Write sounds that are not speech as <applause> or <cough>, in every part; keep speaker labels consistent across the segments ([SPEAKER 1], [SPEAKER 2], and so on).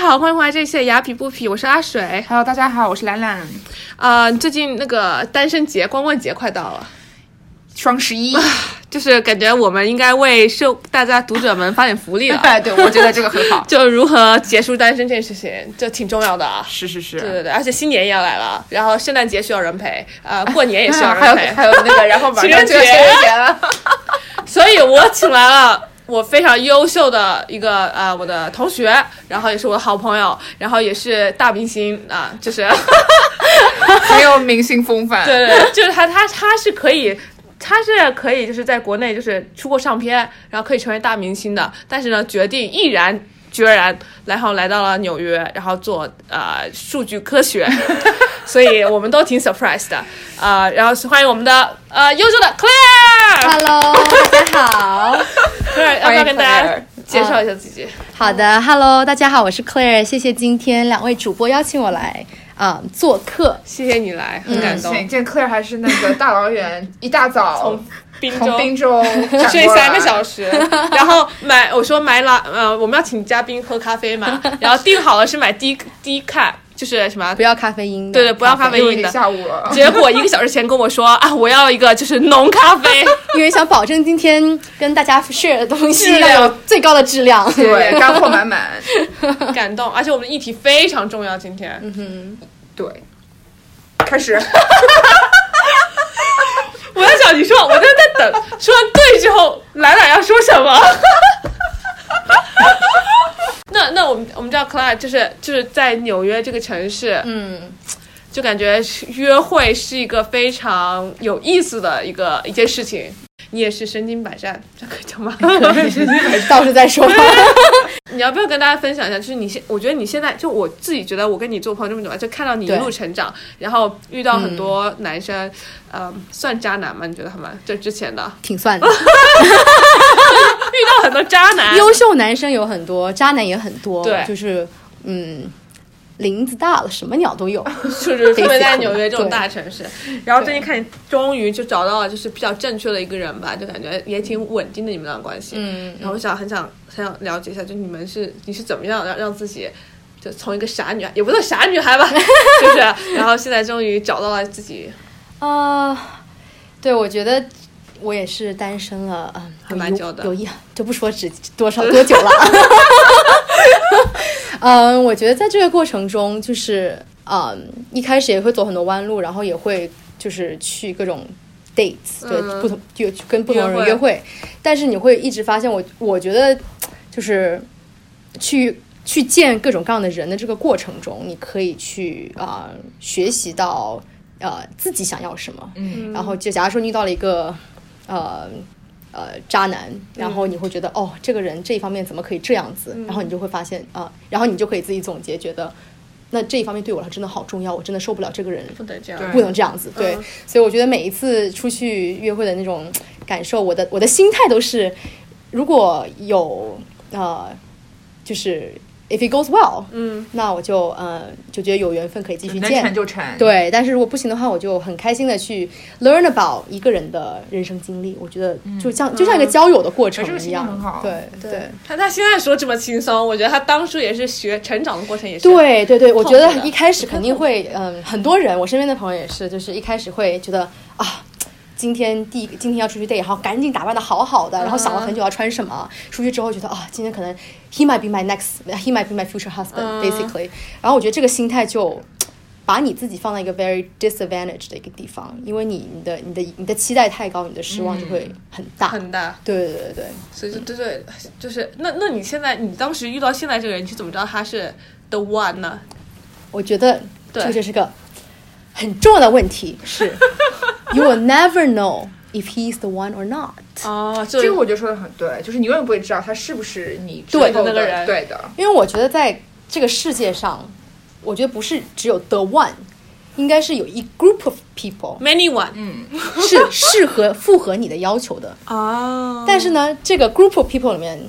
[SPEAKER 1] 好，欢迎回来，这里是雅痞不痞，我是阿水。
[SPEAKER 2] Hello，大家好，我是兰兰。
[SPEAKER 1] 啊，最近那个单身节、光棍节快到了，
[SPEAKER 2] 双十一，
[SPEAKER 1] 就是感觉我们应该为社大家读者们发点福利
[SPEAKER 2] <laughs>
[SPEAKER 1] 了，。
[SPEAKER 2] 哎， <laughs> 对，我觉得这个很好
[SPEAKER 1] 就如何结束单身这件事情，这挺重要的啊。
[SPEAKER 2] <laughs> 是是
[SPEAKER 1] 对
[SPEAKER 2] 是，
[SPEAKER 1] 对对，而且新年也要来了，然后圣诞节需要人陪，
[SPEAKER 2] <laughs>
[SPEAKER 1] 呃，过年也需要
[SPEAKER 2] 还有
[SPEAKER 1] 人陪，
[SPEAKER 2] 还有 <laughs> 那个，然后马上就要
[SPEAKER 1] 情
[SPEAKER 2] 情
[SPEAKER 1] 人
[SPEAKER 2] 人节 <laughs> 了。
[SPEAKER 1] 所以我请来了 <laughs> 我非常优秀的一个呃我的同学，然后也是我的好朋友，然后也是大明星啊、就是
[SPEAKER 2] 很有明星风范。
[SPEAKER 1] <laughs> 对对，对就是他他他是可以。他是可以，就是在国内就是出过唱片，然后可以成为大明星的，但是呢，决定毅然决然，然后来到了纽约，然后做呃数据科学，
[SPEAKER 2] <laughs>
[SPEAKER 1] 所以我们都挺 surprise 的啊、呃然后是欢迎我们的呃优秀的 Claire， <laughs>
[SPEAKER 3] Hello，大家好。
[SPEAKER 1] Claire 要不要跟大
[SPEAKER 2] 欢
[SPEAKER 1] 家
[SPEAKER 2] 迎
[SPEAKER 1] 介绍一下自己？
[SPEAKER 3] 好的，Hello，大家好，我是 Claire，谢谢今天两位主播邀请我来啊、做客。
[SPEAKER 1] 谢谢你来，很感动。
[SPEAKER 2] 嗯行， <laughs> 这 Claire 还是那个大老远一大早
[SPEAKER 1] 从滨
[SPEAKER 2] 从
[SPEAKER 1] 州
[SPEAKER 2] 滨州
[SPEAKER 1] <laughs> 睡三个
[SPEAKER 2] 时。
[SPEAKER 1] 小时，然后买我说买拉呃，我们要请嘉宾喝咖啡 <laughs> 嘛，然后订好了是买低低卡，就是什么啊
[SPEAKER 3] 不。要咖啡因的，
[SPEAKER 1] 对对，不要咖啡
[SPEAKER 2] 因为
[SPEAKER 1] 因
[SPEAKER 2] 你
[SPEAKER 1] 的。
[SPEAKER 2] 下午
[SPEAKER 1] <laughs>
[SPEAKER 2] 了，
[SPEAKER 1] 结果一个小时前跟我说啊，我要一个就是浓咖 <laughs> 啡，
[SPEAKER 3] 因为想保证今天跟大家 share 的东
[SPEAKER 1] 质
[SPEAKER 3] 西
[SPEAKER 1] 量
[SPEAKER 3] 要有最高的质量。
[SPEAKER 2] 对，干货满满。
[SPEAKER 1] 感动。而且我们的议题非常重要，今天。
[SPEAKER 2] 对，开始。
[SPEAKER 1] 我在想，你说我在在等，说完对之后，兰兰要说什
[SPEAKER 3] <laughs>
[SPEAKER 1] 么？那那我们我们知道 Clara 就是就是在纽约这个城市，
[SPEAKER 3] 嗯，
[SPEAKER 1] 就感觉是约会是一个非常有意思的一个一件事情。你也是身经百战，这可以讲
[SPEAKER 3] <laughs>
[SPEAKER 1] 吗？
[SPEAKER 3] 到时候再
[SPEAKER 1] <laughs>
[SPEAKER 3] 说吧。
[SPEAKER 1] 你要不要跟大家分享一下？就是你现，我觉得你现在就我自己觉得，我跟你做朋友这么久啊，就看到你一路
[SPEAKER 3] 对
[SPEAKER 1] 成长，然后遇到很多男生，嗯、算渣男吗？你觉得他们就之前的
[SPEAKER 3] 挺算的，
[SPEAKER 1] 遇到很多渣男， <laughs>
[SPEAKER 3] 优秀男生有很多，渣男也很多，
[SPEAKER 1] 对
[SPEAKER 3] 就是嗯，林子大了，什么鸟都有。
[SPEAKER 1] 就是特别在纽约这种
[SPEAKER 3] 对
[SPEAKER 1] 大城市。然后最近看你终于就找到了就是比较正确的一个人吧，就感觉也挺稳定的你们俩关系。
[SPEAKER 3] 嗯
[SPEAKER 1] 然后我想很想很想了解一下，就你们是你是怎么样让让自己。就从一个傻女孩，也不算傻女孩吧，就是，然后现在终于找到了自己，
[SPEAKER 3] 啊、对，我觉得我也是单身了，嗯，
[SPEAKER 1] 还
[SPEAKER 3] 有
[SPEAKER 1] 蛮
[SPEAKER 3] 一
[SPEAKER 1] 久的
[SPEAKER 3] 有一就不说只
[SPEAKER 1] <laughs>
[SPEAKER 3] 多少多久了。嗯，我觉得在这个过程中，就是嗯，一开始也会走很多弯路，然后也会就是去各种 dates，对，
[SPEAKER 1] 嗯
[SPEAKER 3] 不同就去跟不同
[SPEAKER 1] 约
[SPEAKER 3] 人
[SPEAKER 1] 会
[SPEAKER 3] 约会，但是你会一直发现我，我觉得就是去。去见各种各样的人的这个过程中，你可以去啊、呃学习到呃自己想要什么，
[SPEAKER 2] 嗯
[SPEAKER 3] 然后就假如说你遇到了一个呃呃渣男，
[SPEAKER 1] 嗯
[SPEAKER 3] 然后你会觉得、哦，这个人这一方面怎么可以这样子？然后你就会发现啊、然后你就可以自己总结，觉得那这一方面对我来说真的好重要，我真的受不了这个人
[SPEAKER 1] 不得这样，
[SPEAKER 2] 对
[SPEAKER 3] 不能这样子。对，
[SPEAKER 1] 嗯
[SPEAKER 3] 所以我觉得每一次出去约会的那种感受，我的我的心态都是，如果有呃，就是 if it goes well，
[SPEAKER 1] 嗯，
[SPEAKER 3] 那我就呃就觉得有缘分可以继续
[SPEAKER 2] 能
[SPEAKER 3] 见
[SPEAKER 2] 成。就成。，
[SPEAKER 3] 对，但是如果不行的话，我就很开心的去 learn about 一个人的人生经历。我觉得就
[SPEAKER 1] 嗯
[SPEAKER 3] 像、就像一个交友的过程
[SPEAKER 2] 嗯这个
[SPEAKER 3] 一
[SPEAKER 2] 心态
[SPEAKER 3] 样，
[SPEAKER 2] 很好
[SPEAKER 3] 对对
[SPEAKER 1] 他他现在说这么轻松，我觉得他当初也是学成长的过程，也是，
[SPEAKER 3] 对对对，我觉得
[SPEAKER 1] 痛苦的
[SPEAKER 3] 一开始肯定会，嗯，很多人，我身边的朋友也是，就是一开始会觉得啊。今天第一个今天要出去 date，然后赶紧打扮的好好的，然后想
[SPEAKER 1] 嗯
[SPEAKER 3] 了很久要穿什么。出去之后觉得啊，今天可能 he might be my next，he might be my future husband、
[SPEAKER 1] 嗯
[SPEAKER 3] basically。然后我觉得这个心态就把你自己放在一个 very disadvantage 的一个地方，因为你你的你的你的期待太高，你的失望就会很大。
[SPEAKER 1] 嗯很大，
[SPEAKER 3] 对对对对，
[SPEAKER 1] 所以就对对，就是那那你现在你当时遇到现在这个人，你是怎么知道他是 the one 呢？
[SPEAKER 3] 我觉得
[SPEAKER 1] 对
[SPEAKER 3] 这个就是个很重要的问题，是 <laughs> you will never know if he is the one or not。
[SPEAKER 1] 哦，就
[SPEAKER 2] 这个我觉得说的很对，就是你永远不会知道他是不是你之
[SPEAKER 3] 对
[SPEAKER 2] 后
[SPEAKER 1] 那个人
[SPEAKER 2] 的对的。
[SPEAKER 3] 因为我觉得在这个世界上，我觉得不是只有 the one，应该是有一 group of
[SPEAKER 1] <laughs>
[SPEAKER 3] people
[SPEAKER 1] many one
[SPEAKER 3] 嗯是适合符合你的要求的。
[SPEAKER 1] 哦，
[SPEAKER 3] 但是呢，这个 group of people 里面，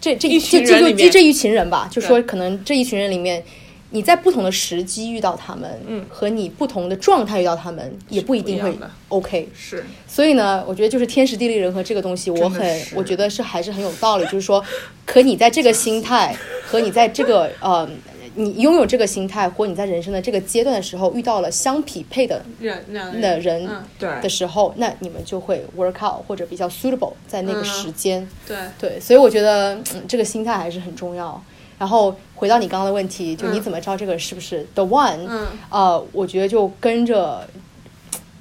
[SPEAKER 3] 这这
[SPEAKER 1] 一群
[SPEAKER 3] 这
[SPEAKER 1] 人
[SPEAKER 3] 这
[SPEAKER 1] 里
[SPEAKER 3] 就
[SPEAKER 1] 面
[SPEAKER 3] 这这一群人吧，就说可能这一群人里面，你在不同的时机遇到他们，
[SPEAKER 1] 嗯
[SPEAKER 3] 和你不同的状态遇到他们，也不一定
[SPEAKER 1] 不一
[SPEAKER 3] 会
[SPEAKER 1] 样的
[SPEAKER 3] OK。
[SPEAKER 2] 是，
[SPEAKER 3] 所以呢，我觉得就是天时地利人和这个东西，我
[SPEAKER 2] 真
[SPEAKER 3] 很
[SPEAKER 2] 的是
[SPEAKER 3] 我觉得是还是很有道理，就是说，可你在这个心态和和你在这个呃，你拥有这个心态，或你在人生的这个阶段的时候遇到了相匹配的
[SPEAKER 1] 人那样
[SPEAKER 3] 的人
[SPEAKER 1] 嗯，
[SPEAKER 2] 对
[SPEAKER 3] 的时候，那你们就会 work out 或者比较 suitable 在那个
[SPEAKER 1] 嗯
[SPEAKER 3] 时间。
[SPEAKER 1] 对，
[SPEAKER 3] 对，所以我觉得、嗯、这个心态还是很重要。然后回到你刚刚的问题，就你
[SPEAKER 1] 嗯
[SPEAKER 3] 怎么知道这个是不是 the one？、
[SPEAKER 1] 嗯，
[SPEAKER 3] 呃，我觉得就跟着，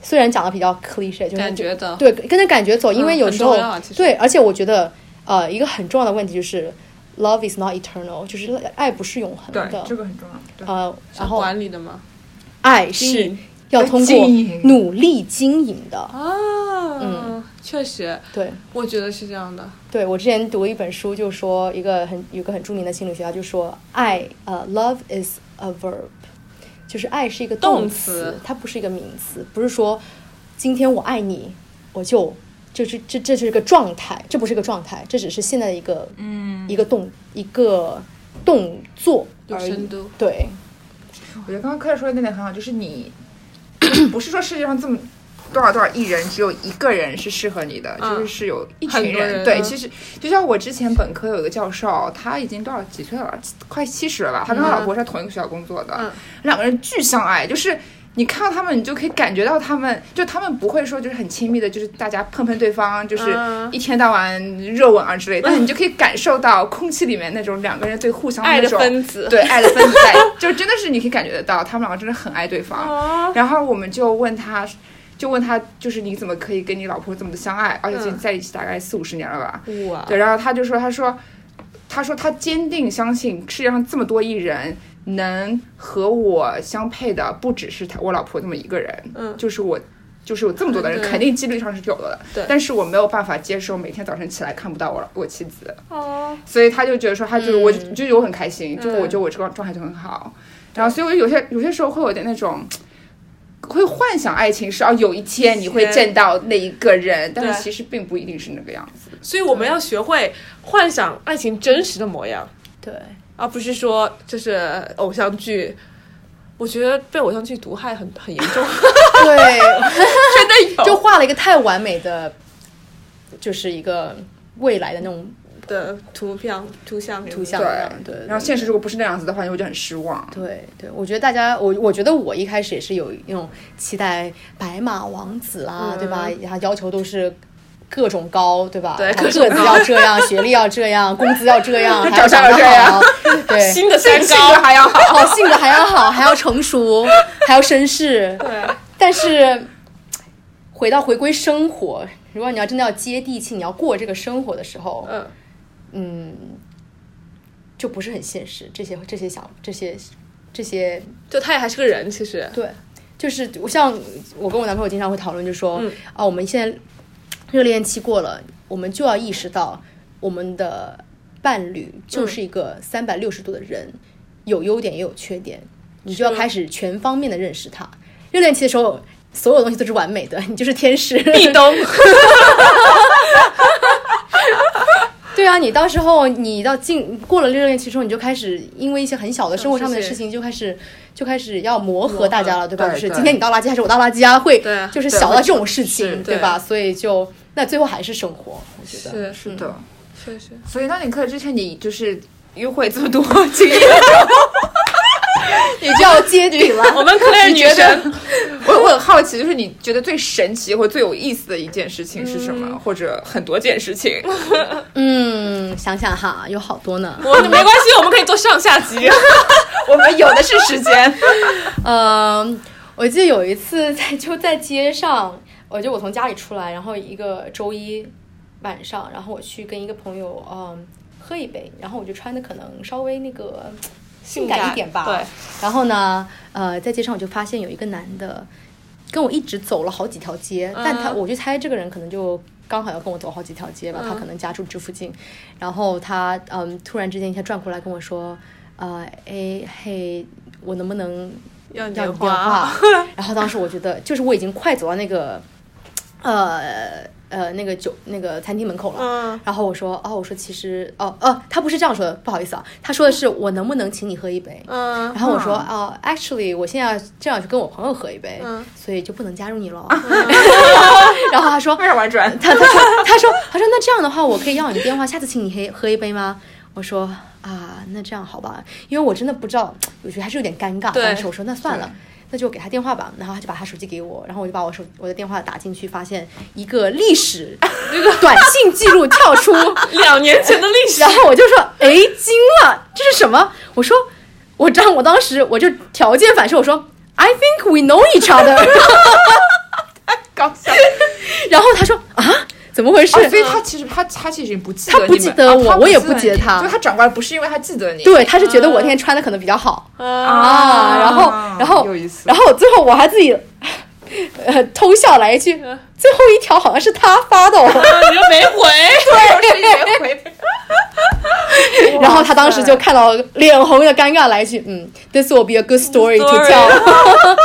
[SPEAKER 3] 虽然讲的比较 cliche，就是
[SPEAKER 1] 感觉的，
[SPEAKER 3] 对，跟着感觉走，因
[SPEAKER 1] 哦
[SPEAKER 3] 为
[SPEAKER 1] 嗯
[SPEAKER 3] 有
[SPEAKER 1] 很
[SPEAKER 3] 时候、
[SPEAKER 1] 重要啊其实
[SPEAKER 3] 对，而且我觉得呃，一个很重要的问题就是，love is not eternal，就是爱不是永恒
[SPEAKER 2] 对，这
[SPEAKER 3] 的。
[SPEAKER 2] 个很重要。对，
[SPEAKER 3] 呃，然
[SPEAKER 1] 想
[SPEAKER 3] 后
[SPEAKER 1] 管理的嘛，
[SPEAKER 3] 爱
[SPEAKER 1] 经
[SPEAKER 3] 是
[SPEAKER 1] 营
[SPEAKER 3] 要通过
[SPEAKER 2] 哎经营
[SPEAKER 3] 努力经营的。
[SPEAKER 1] 啊，
[SPEAKER 3] 嗯，
[SPEAKER 1] 确实，
[SPEAKER 3] 对，
[SPEAKER 1] 我觉得是这样的，
[SPEAKER 3] 对我之前读一本书，就说一个很有个很著名的心理学家就说，爱呃、l o v e is a verb，就是爱是一个
[SPEAKER 1] 动
[SPEAKER 3] 动
[SPEAKER 1] 词
[SPEAKER 3] 它不是一个名词，不是说今天我爱你，我就这是这这是个状态，这不是个状态，这只是现在的一个
[SPEAKER 2] 嗯，
[SPEAKER 3] 一个动一个动作
[SPEAKER 1] 有
[SPEAKER 3] 而
[SPEAKER 1] 深
[SPEAKER 3] 已。
[SPEAKER 1] 度，
[SPEAKER 3] 对，
[SPEAKER 2] 我觉得刚刚科特说的那点很好，就是你 <coughs> 不是说世界上这么。多少多少亿人，只有一个人是适合你的，
[SPEAKER 1] 嗯
[SPEAKER 2] 就是是有一
[SPEAKER 1] 很
[SPEAKER 2] 群
[SPEAKER 1] 多
[SPEAKER 2] 人。
[SPEAKER 1] 人
[SPEAKER 2] 对，
[SPEAKER 1] 嗯
[SPEAKER 2] 其实就像我之前本科有一个教授，他已经多少几岁了，快七十了吧。他跟他老婆是在同一个学校工作的，
[SPEAKER 1] 嗯
[SPEAKER 2] 两个人巨相爱，就是你看到他们，你就可以感觉到他们，就他们不会说就是很亲密的，就是大家碰碰对方，就是
[SPEAKER 1] 嗯
[SPEAKER 2] 一天到晚热吻啊之类的，但你就可以感受到空气里面那种两个人对互相
[SPEAKER 1] 爱
[SPEAKER 2] 那
[SPEAKER 1] 的
[SPEAKER 2] 种
[SPEAKER 1] 分子，
[SPEAKER 2] 对爱的分子在，
[SPEAKER 1] <laughs>
[SPEAKER 2] 就真的是你可以感觉得到，他们两个真的很爱对方。
[SPEAKER 1] 啊，
[SPEAKER 2] 然后我们就问他，就问他，就是你怎么可以跟你老婆这么的相爱，而且就
[SPEAKER 1] 嗯
[SPEAKER 2] 在一起大概四五十年了吧？
[SPEAKER 1] 哇，
[SPEAKER 2] 对，然后他就说，他说，他说他坚定相信世界上这么多亿人，能和我相配的不只是他我老婆这么一个人，
[SPEAKER 1] 嗯
[SPEAKER 2] 就是我。就是有这么多的人，
[SPEAKER 1] 对
[SPEAKER 2] 肯定几率上是有的。
[SPEAKER 1] 对
[SPEAKER 2] 但是我没有办法接受每天早晨起来看不到我老我妻子，
[SPEAKER 1] 哦，
[SPEAKER 2] 所以他就觉得说，他就是我，
[SPEAKER 3] 嗯
[SPEAKER 2] 就是我很开心，就是我
[SPEAKER 1] 嗯
[SPEAKER 2] 觉得我这个状态就很好。然后，所以我就有些有些时候会有点那种，会幻想爱情是哦，有一天你会
[SPEAKER 1] 是
[SPEAKER 2] 见到那一个人，但
[SPEAKER 1] 对
[SPEAKER 2] 是其实并不一定是那个样子。
[SPEAKER 1] 所以我们要学会幻想爱情真实的模样，
[SPEAKER 3] 对，
[SPEAKER 1] 而不是说就是偶像剧。我觉得被偶像剧毒害很很严
[SPEAKER 3] <laughs>
[SPEAKER 1] 重，真
[SPEAKER 3] 对，
[SPEAKER 1] 的有，
[SPEAKER 3] 就画了一个太完美的，就是一个未来的那种
[SPEAKER 1] 的图像图像
[SPEAKER 3] 图像
[SPEAKER 2] 对
[SPEAKER 3] 一样。对，对
[SPEAKER 2] 然后现实如果不是那样子的话，你会觉得很失望。
[SPEAKER 3] 对对，我觉得大家，我我觉得我一开始也是有那种期待白马王子啊，对吧？然后要求都是。各种高，对吧？
[SPEAKER 1] 嗯对
[SPEAKER 3] 然后
[SPEAKER 1] 各
[SPEAKER 3] 个
[SPEAKER 1] 种
[SPEAKER 3] 子要这样，学历要这样，工资要
[SPEAKER 1] <laughs>
[SPEAKER 3] 这样，还
[SPEAKER 2] 长
[SPEAKER 3] 要
[SPEAKER 2] 相
[SPEAKER 3] 长
[SPEAKER 2] 要
[SPEAKER 3] 得
[SPEAKER 2] 这样
[SPEAKER 3] 好，对，
[SPEAKER 1] 新的
[SPEAKER 2] 这
[SPEAKER 1] 三
[SPEAKER 2] 个性格
[SPEAKER 1] 高，
[SPEAKER 2] 还要好，
[SPEAKER 3] 哦，性格还要好，还要成熟，还要绅士。
[SPEAKER 1] 对，
[SPEAKER 3] 但是回到回归生活，如果你要真的要接地气，你要过这个生活的时候，
[SPEAKER 1] 嗯，
[SPEAKER 3] 嗯，就不是很现实。这些这些想这些这些
[SPEAKER 1] 就他也还是个人，其实，
[SPEAKER 3] 对，就是我像我跟我男朋友经常会讨论，就说、
[SPEAKER 1] 嗯
[SPEAKER 3] 啊，我们现在热恋期过了，我们就要意识到我们的伴侣
[SPEAKER 1] 嗯
[SPEAKER 3] 就是一个三百六十度的人，有优点也有缺点，你就要
[SPEAKER 1] 是
[SPEAKER 3] 开始全方面的认识他。热恋期的时候，所有东西都是完美的，你就是
[SPEAKER 1] <laughs>
[SPEAKER 3] 天使。
[SPEAKER 1] 壁咚，
[SPEAKER 3] 对啊，你到时候你到进过了热恋期之后，你就开始因为一些很小的生活上面的
[SPEAKER 1] 是
[SPEAKER 3] 事
[SPEAKER 1] 是
[SPEAKER 3] 情，就开开始就开始要磨
[SPEAKER 1] 磨合
[SPEAKER 3] 合大家了，对吧？
[SPEAKER 2] 对
[SPEAKER 3] 就是
[SPEAKER 2] 对
[SPEAKER 3] 今天你倒垃圾还是我倒垃圾啊，会
[SPEAKER 1] 对
[SPEAKER 3] 就是
[SPEAKER 2] 对
[SPEAKER 3] 小到
[SPEAKER 2] 会
[SPEAKER 3] 这种事
[SPEAKER 2] 是
[SPEAKER 3] 情，
[SPEAKER 1] 对
[SPEAKER 3] 对吧？所以就那最后还是生活，我觉
[SPEAKER 1] 是
[SPEAKER 3] 得。
[SPEAKER 2] 是的。
[SPEAKER 1] 确实，
[SPEAKER 2] 所以，当你课之前，你就是约会这么多经验之后，
[SPEAKER 3] 你就要揭底了。
[SPEAKER 1] 我们 Claire
[SPEAKER 2] 你
[SPEAKER 1] 女 <laughs>
[SPEAKER 2] 觉得
[SPEAKER 1] 神，
[SPEAKER 2] 我我很好奇，就是你觉得最神奇或最有意思的一件事情是什么，或者很多件事情？
[SPEAKER 3] <laughs> 嗯，想想哈，有好多呢。
[SPEAKER 1] 我没关系，我们可以做上下集，
[SPEAKER 2] 我们有的是
[SPEAKER 1] <laughs>
[SPEAKER 2] 时间。
[SPEAKER 3] 嗯，我记得有一次在就在街上，我就我从家里出来，然后一个周一晚上，然后我去跟一个朋友嗯喝一杯，然后我就穿的可能稍微那个 <laughs> 性感一点吧，
[SPEAKER 1] 对，
[SPEAKER 3] 然后呢，呃，在街上我就发现有一个男的跟我一直走了好几条街，
[SPEAKER 1] 嗯
[SPEAKER 3] 但他我就猜这个人可能就刚好要跟我走好几条街吧，他
[SPEAKER 1] 嗯
[SPEAKER 3] 可能家住这附近，然后他嗯突然之间一下转过来跟我说，呃，哎嘿，我能不能
[SPEAKER 1] 要
[SPEAKER 3] 要
[SPEAKER 1] 你
[SPEAKER 3] 你
[SPEAKER 1] 电
[SPEAKER 3] 电
[SPEAKER 1] 话
[SPEAKER 3] 话？
[SPEAKER 1] <laughs>
[SPEAKER 3] 然后当时我觉得，就是我已经快走到那个，呃呃那个酒那个餐厅门口了，
[SPEAKER 1] 嗯，
[SPEAKER 3] 然后我说，哦，我说其实，哦哦，他不是这样说的，不好意思啊，他说的是我能不能请你喝一杯？
[SPEAKER 1] 嗯
[SPEAKER 3] 然后我说，哦，actually，我现在正要去跟我朋友喝一杯，
[SPEAKER 1] 嗯
[SPEAKER 3] 所以就不能加入你了。 <laughs> 然后
[SPEAKER 2] <laughs>
[SPEAKER 3] 他说，
[SPEAKER 2] 为啥婉转？
[SPEAKER 3] 他他说他说他说那这样的话，我可以要你电话，下次请你喝喝一杯吗？我说啊，那这样好吧，因为我真的不知道，我觉得还是有点尴尬。
[SPEAKER 1] 对
[SPEAKER 3] 当时我说那算了。那就给他电话吧，然后他就把他手机给我，然后我就把我手我的电话打进去，发现一个
[SPEAKER 2] <laughs>
[SPEAKER 3] 历史那个短信记录跳出，
[SPEAKER 1] 两年前的
[SPEAKER 3] <laughs>
[SPEAKER 1] 历史
[SPEAKER 3] 然后我就说，哎，惊了，这是什么？我说，我当我当时我就条件反射，我说，I think we know each other
[SPEAKER 2] <laughs> 搞笑。
[SPEAKER 3] 然后他说啊，怎么回事？
[SPEAKER 2] 哦，所以他其实他他其实已经不记得
[SPEAKER 3] 他
[SPEAKER 2] 你们，
[SPEAKER 3] 不记得
[SPEAKER 2] 啊
[SPEAKER 3] 我
[SPEAKER 2] 他
[SPEAKER 3] 我也
[SPEAKER 2] 记
[SPEAKER 3] 不记得
[SPEAKER 2] 你
[SPEAKER 3] 他
[SPEAKER 2] 就他转过来不是因为他记得你，
[SPEAKER 3] 对，他是觉得我那天穿的可能比较好
[SPEAKER 1] 啊，
[SPEAKER 3] 啊，然后然后
[SPEAKER 2] 有意思
[SPEAKER 3] 然后最后我还自己。呃，偷笑来一句，呃最后一条好像是他发的、
[SPEAKER 1] <laughs>
[SPEAKER 3] 哦，
[SPEAKER 1] 你又没回，
[SPEAKER 2] <laughs> 对，是回
[SPEAKER 3] <laughs> 然后他当时就看到脸红的尴尬来一句，嗯，This will be a good story to
[SPEAKER 1] Story
[SPEAKER 3] tell。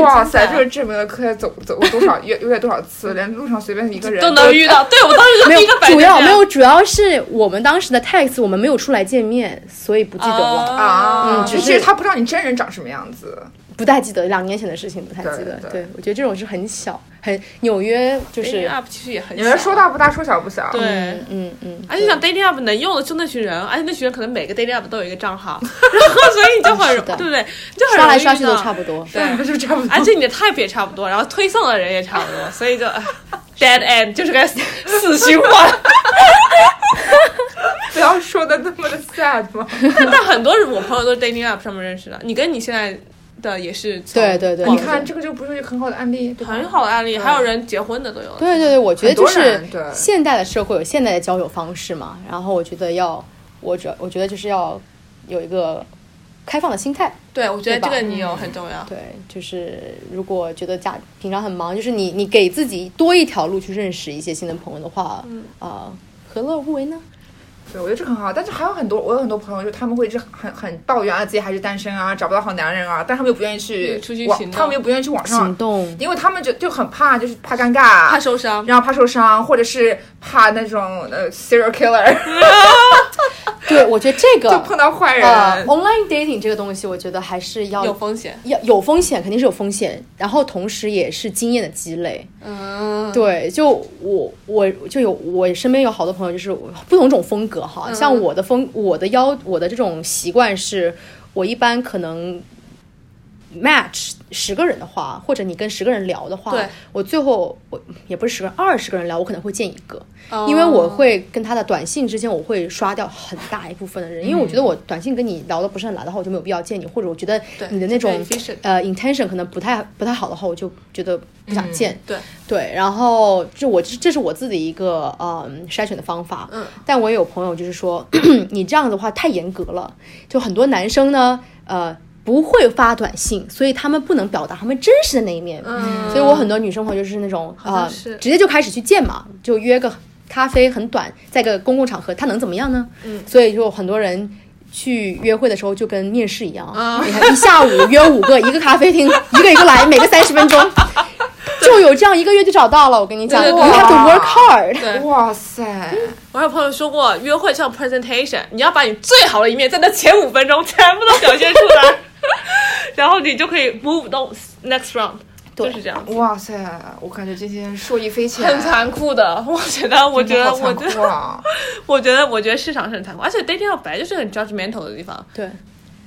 [SPEAKER 2] 哇塞，这个证明了科走走过多少约约多少
[SPEAKER 3] <laughs>
[SPEAKER 2] 次，连路上随便一个人
[SPEAKER 1] 都能遇到。对我当时就
[SPEAKER 3] 没
[SPEAKER 1] 第
[SPEAKER 3] 有
[SPEAKER 1] 一个，反应就
[SPEAKER 3] 主
[SPEAKER 1] 是
[SPEAKER 3] 要没有，主要是我们当时的 text 我们没有出来见面，所以不记得了，
[SPEAKER 2] 啊，
[SPEAKER 3] 嗯只是
[SPEAKER 2] 其实他不知道你真人长什么样子，
[SPEAKER 3] 不太记得两年前的事情，不太记得。
[SPEAKER 2] 对对
[SPEAKER 3] 我觉得这种是很小，很纽约就
[SPEAKER 1] 嗯 dating
[SPEAKER 3] 是，
[SPEAKER 1] app 其实也很
[SPEAKER 2] 你们
[SPEAKER 1] 小
[SPEAKER 2] 说大不大，说小不小， <laughs>
[SPEAKER 1] 对。
[SPEAKER 3] 嗯嗯嗯，
[SPEAKER 1] 而且你想 dating app 能用的就那群人，而且那群人可能每个 dating app 都有一个账
[SPEAKER 3] <laughs>
[SPEAKER 1] 号，然后所以你就很
[SPEAKER 3] 啊是的
[SPEAKER 1] 对不对？你就很容易
[SPEAKER 3] 刷来刷去
[SPEAKER 1] 遇到
[SPEAKER 3] 都差不多。
[SPEAKER 1] 对哎
[SPEAKER 2] 那你们就差不多
[SPEAKER 1] <laughs> 而。且你的 type 也差不多，然后推送的人也差不
[SPEAKER 3] <laughs>
[SPEAKER 1] 多，所以就唉 dead end 就是个死死循环。
[SPEAKER 2] 不要说的那么的 sad 嘛，
[SPEAKER 1] 但但很多我朋友都是 dating app 上面认识的，你跟你现在的也是从
[SPEAKER 3] 对对对
[SPEAKER 1] 网
[SPEAKER 2] 你
[SPEAKER 1] 上
[SPEAKER 2] 看这个就不是一个很好的案例，对吧？
[SPEAKER 1] 很好的案例，还有人结婚的都有。
[SPEAKER 3] 对对对，我觉得就
[SPEAKER 2] 很多
[SPEAKER 3] 是
[SPEAKER 2] 人对
[SPEAKER 3] 现代的社会有现代的交友方式嘛，然后我觉得要，我觉我觉得就是要有一个开放的心态。
[SPEAKER 1] 对，我觉得
[SPEAKER 3] 对吧嗯
[SPEAKER 1] 这个你有很重要。
[SPEAKER 3] 对，就是如果觉得家平常很忙，就是你你给自己多一条路去认识一些新的朋友的话，
[SPEAKER 2] 嗯
[SPEAKER 3] 啊、何乐而不为呢？
[SPEAKER 2] 对，我觉得这很好，但是还有很多，我有很多朋友，就他们会一直很很抱怨啊，自己还是单身啊，找不到好男人啊，但他们又不愿意去
[SPEAKER 1] 嗯出去行
[SPEAKER 2] 网，
[SPEAKER 1] 动
[SPEAKER 2] 他们又不愿意去网
[SPEAKER 3] 行
[SPEAKER 2] 上，
[SPEAKER 3] 动，
[SPEAKER 2] 因为他们就就很怕，就是怕尴尬，
[SPEAKER 1] 怕受伤，
[SPEAKER 2] 然后怕受伤，或者是怕那种呃 serial killer， <laughs>
[SPEAKER 3] 对我觉得这
[SPEAKER 2] 就
[SPEAKER 3] 个
[SPEAKER 2] 碰到坏
[SPEAKER 1] 嗯
[SPEAKER 2] 人。
[SPEAKER 3] 呃，online dating 这个东西，我觉得还是要
[SPEAKER 1] 有风险。
[SPEAKER 3] 要有风险，肯定是有风险，然后同时也是经验的积累。
[SPEAKER 1] 嗯，
[SPEAKER 3] 对，就我我就有我身边有好多朋友，就是不同种风格哈。
[SPEAKER 1] 嗯
[SPEAKER 3] 像我的风，我的要我的这种习惯是，我一般可能 match 十个人的话，或者你跟十个人聊的话
[SPEAKER 1] 对，
[SPEAKER 3] 我最后我也不是十个人，二十个人聊，我可能会见一个，
[SPEAKER 1] 哦
[SPEAKER 3] 因为我会跟他的短信之间我会刷掉很大一部分的人，因为我
[SPEAKER 1] 嗯
[SPEAKER 3] 觉得我短信跟你聊的不是很来的话，我就没有必要见你，或者我觉得
[SPEAKER 1] 对
[SPEAKER 3] 你的那种
[SPEAKER 1] 对，efficient
[SPEAKER 3] 呃 intention 可能不太不太好的话，我就觉得不想见。
[SPEAKER 1] 嗯对，
[SPEAKER 3] 对，然后这我这是我自己一个嗯筛选的方法，
[SPEAKER 1] 嗯，
[SPEAKER 3] 但我也有朋友就是说， <clears throat> 你这样子的话太严格了，就很多男生呢，呃。不会发短信，所以他们不能表达他们真实的那一面。
[SPEAKER 1] 嗯
[SPEAKER 3] 所以我很多女生朋友就是那种
[SPEAKER 1] 像
[SPEAKER 3] 啊、
[SPEAKER 1] 是
[SPEAKER 3] 直接就开始去见嘛，就约个咖啡很短，在个公共场合，他能怎么样呢？
[SPEAKER 1] 嗯，
[SPEAKER 3] 所以就很多人去约会的时候就跟面试一样，
[SPEAKER 1] 啊
[SPEAKER 3] 你看一下午约五个，一个咖
[SPEAKER 1] <laughs>
[SPEAKER 3] 啡厅，一个一个来，每个三十分钟，就有这样一个月就找到了。我跟你讲
[SPEAKER 1] 对
[SPEAKER 3] ，you
[SPEAKER 1] 对对
[SPEAKER 3] have to work hard。
[SPEAKER 1] 对
[SPEAKER 2] 哇塞，
[SPEAKER 1] 我有朋友说过，约会像 presentation，你要把你最好的一面在那前五分钟全部都表现出
[SPEAKER 3] <laughs>
[SPEAKER 1] 来，然后你就可以 move on next round，
[SPEAKER 3] 对
[SPEAKER 1] 就是这样子，
[SPEAKER 2] 哇塞，我感觉今天受益匪浅，
[SPEAKER 1] 很残酷的。 <laughs> 我觉得，我觉
[SPEAKER 2] 真的
[SPEAKER 1] 得，
[SPEAKER 2] 好
[SPEAKER 1] 我
[SPEAKER 2] 残
[SPEAKER 1] 觉
[SPEAKER 2] 酷
[SPEAKER 1] 得，
[SPEAKER 2] 啊！
[SPEAKER 1] 我觉得，我觉得市场是很残酷，而且 dating app 本来就是很 judgmental 的地方，
[SPEAKER 3] 对，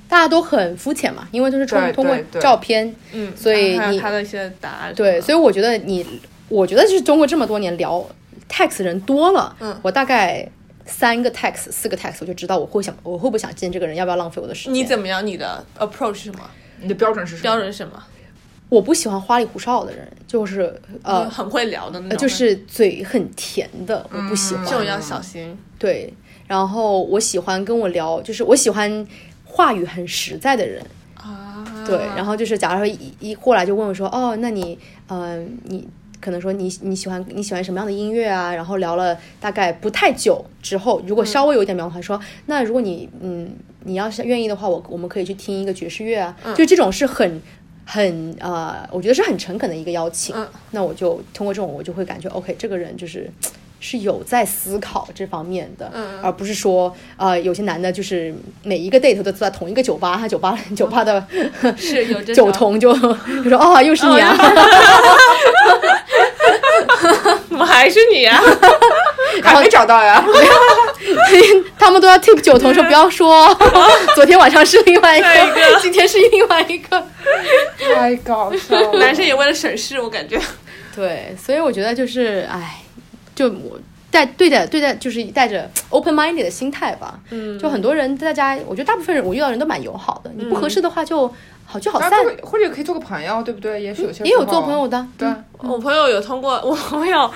[SPEAKER 3] 大家都很肤浅嘛，因为都是
[SPEAKER 2] 对
[SPEAKER 3] 通通过
[SPEAKER 2] 对对
[SPEAKER 3] 照片，
[SPEAKER 1] 嗯，
[SPEAKER 3] 所以
[SPEAKER 1] 还有
[SPEAKER 3] 你
[SPEAKER 1] 他的一些答案，
[SPEAKER 3] 对，所以我觉得你，我觉得就是中国这么多年聊 tax 人多了，
[SPEAKER 1] 嗯
[SPEAKER 3] 我大概三个 tax 四个 tax 我就知道我会想我会不会想见这个人，要不要浪费我的时间。
[SPEAKER 1] 你怎么样？你的 approach 是什么？
[SPEAKER 2] 你的标准是什么？
[SPEAKER 1] 标准是什么？
[SPEAKER 3] 我不喜欢花里胡哨的人，就是呃
[SPEAKER 1] 很会聊的那
[SPEAKER 3] 呃
[SPEAKER 1] 种，
[SPEAKER 3] 就是嘴很甜的，我不喜欢。
[SPEAKER 1] 嗯这种要小心。
[SPEAKER 3] 对，然后我喜欢跟我聊，就是我喜欢话语很实在的人。
[SPEAKER 1] 啊，
[SPEAKER 3] 对，然后就是假如说一一过来就问我说，哦，那你，嗯、你可能说你你喜欢你喜欢什么样的音乐啊？然后聊了大概不太久之后，
[SPEAKER 1] 嗯
[SPEAKER 3] 如果稍微有一点苗头，说那如果你嗯你要是愿意的话，我我们可以去听一个爵士乐啊，
[SPEAKER 1] 嗯
[SPEAKER 3] 就这种是很。很呃，我觉得是很诚恳的一个邀请。
[SPEAKER 1] 嗯
[SPEAKER 3] 那我就通过这种，我就会感觉 OK，这个人就是是有在思考这方面的，
[SPEAKER 1] 嗯
[SPEAKER 3] 而不是说呃，有些男的就是每一个 date 都在同一个酒吧，他酒吧酒吧的
[SPEAKER 1] <laughs> 是有 <laughs> 这
[SPEAKER 3] 酒
[SPEAKER 1] 种
[SPEAKER 3] 童就就说哦，又是你啊，
[SPEAKER 1] 怎么还是你啊？ <laughs>
[SPEAKER 2] 还没找到呀？
[SPEAKER 3] 他他们都要 tip 九同说不要说，昨天晚上是另外一
[SPEAKER 1] 下一
[SPEAKER 3] 个，今天是另外一个。
[SPEAKER 2] 太搞笑了。
[SPEAKER 1] 男生也为了省事，我感觉。
[SPEAKER 3] 对，所以我觉得就是，哎，就我带对待对待就是带着 open minded 的心态吧。嗯，就很多人，大家我觉得大部分人我遇到人都蛮友好的，你不合适的话就好聚好
[SPEAKER 2] 当
[SPEAKER 3] 散。
[SPEAKER 2] 然做个或者可以做个朋友，对不对？也许有些
[SPEAKER 3] 也有
[SPEAKER 2] 时候
[SPEAKER 3] 做朋友的，
[SPEAKER 2] 对，啊
[SPEAKER 1] 我朋友有通过，我朋友，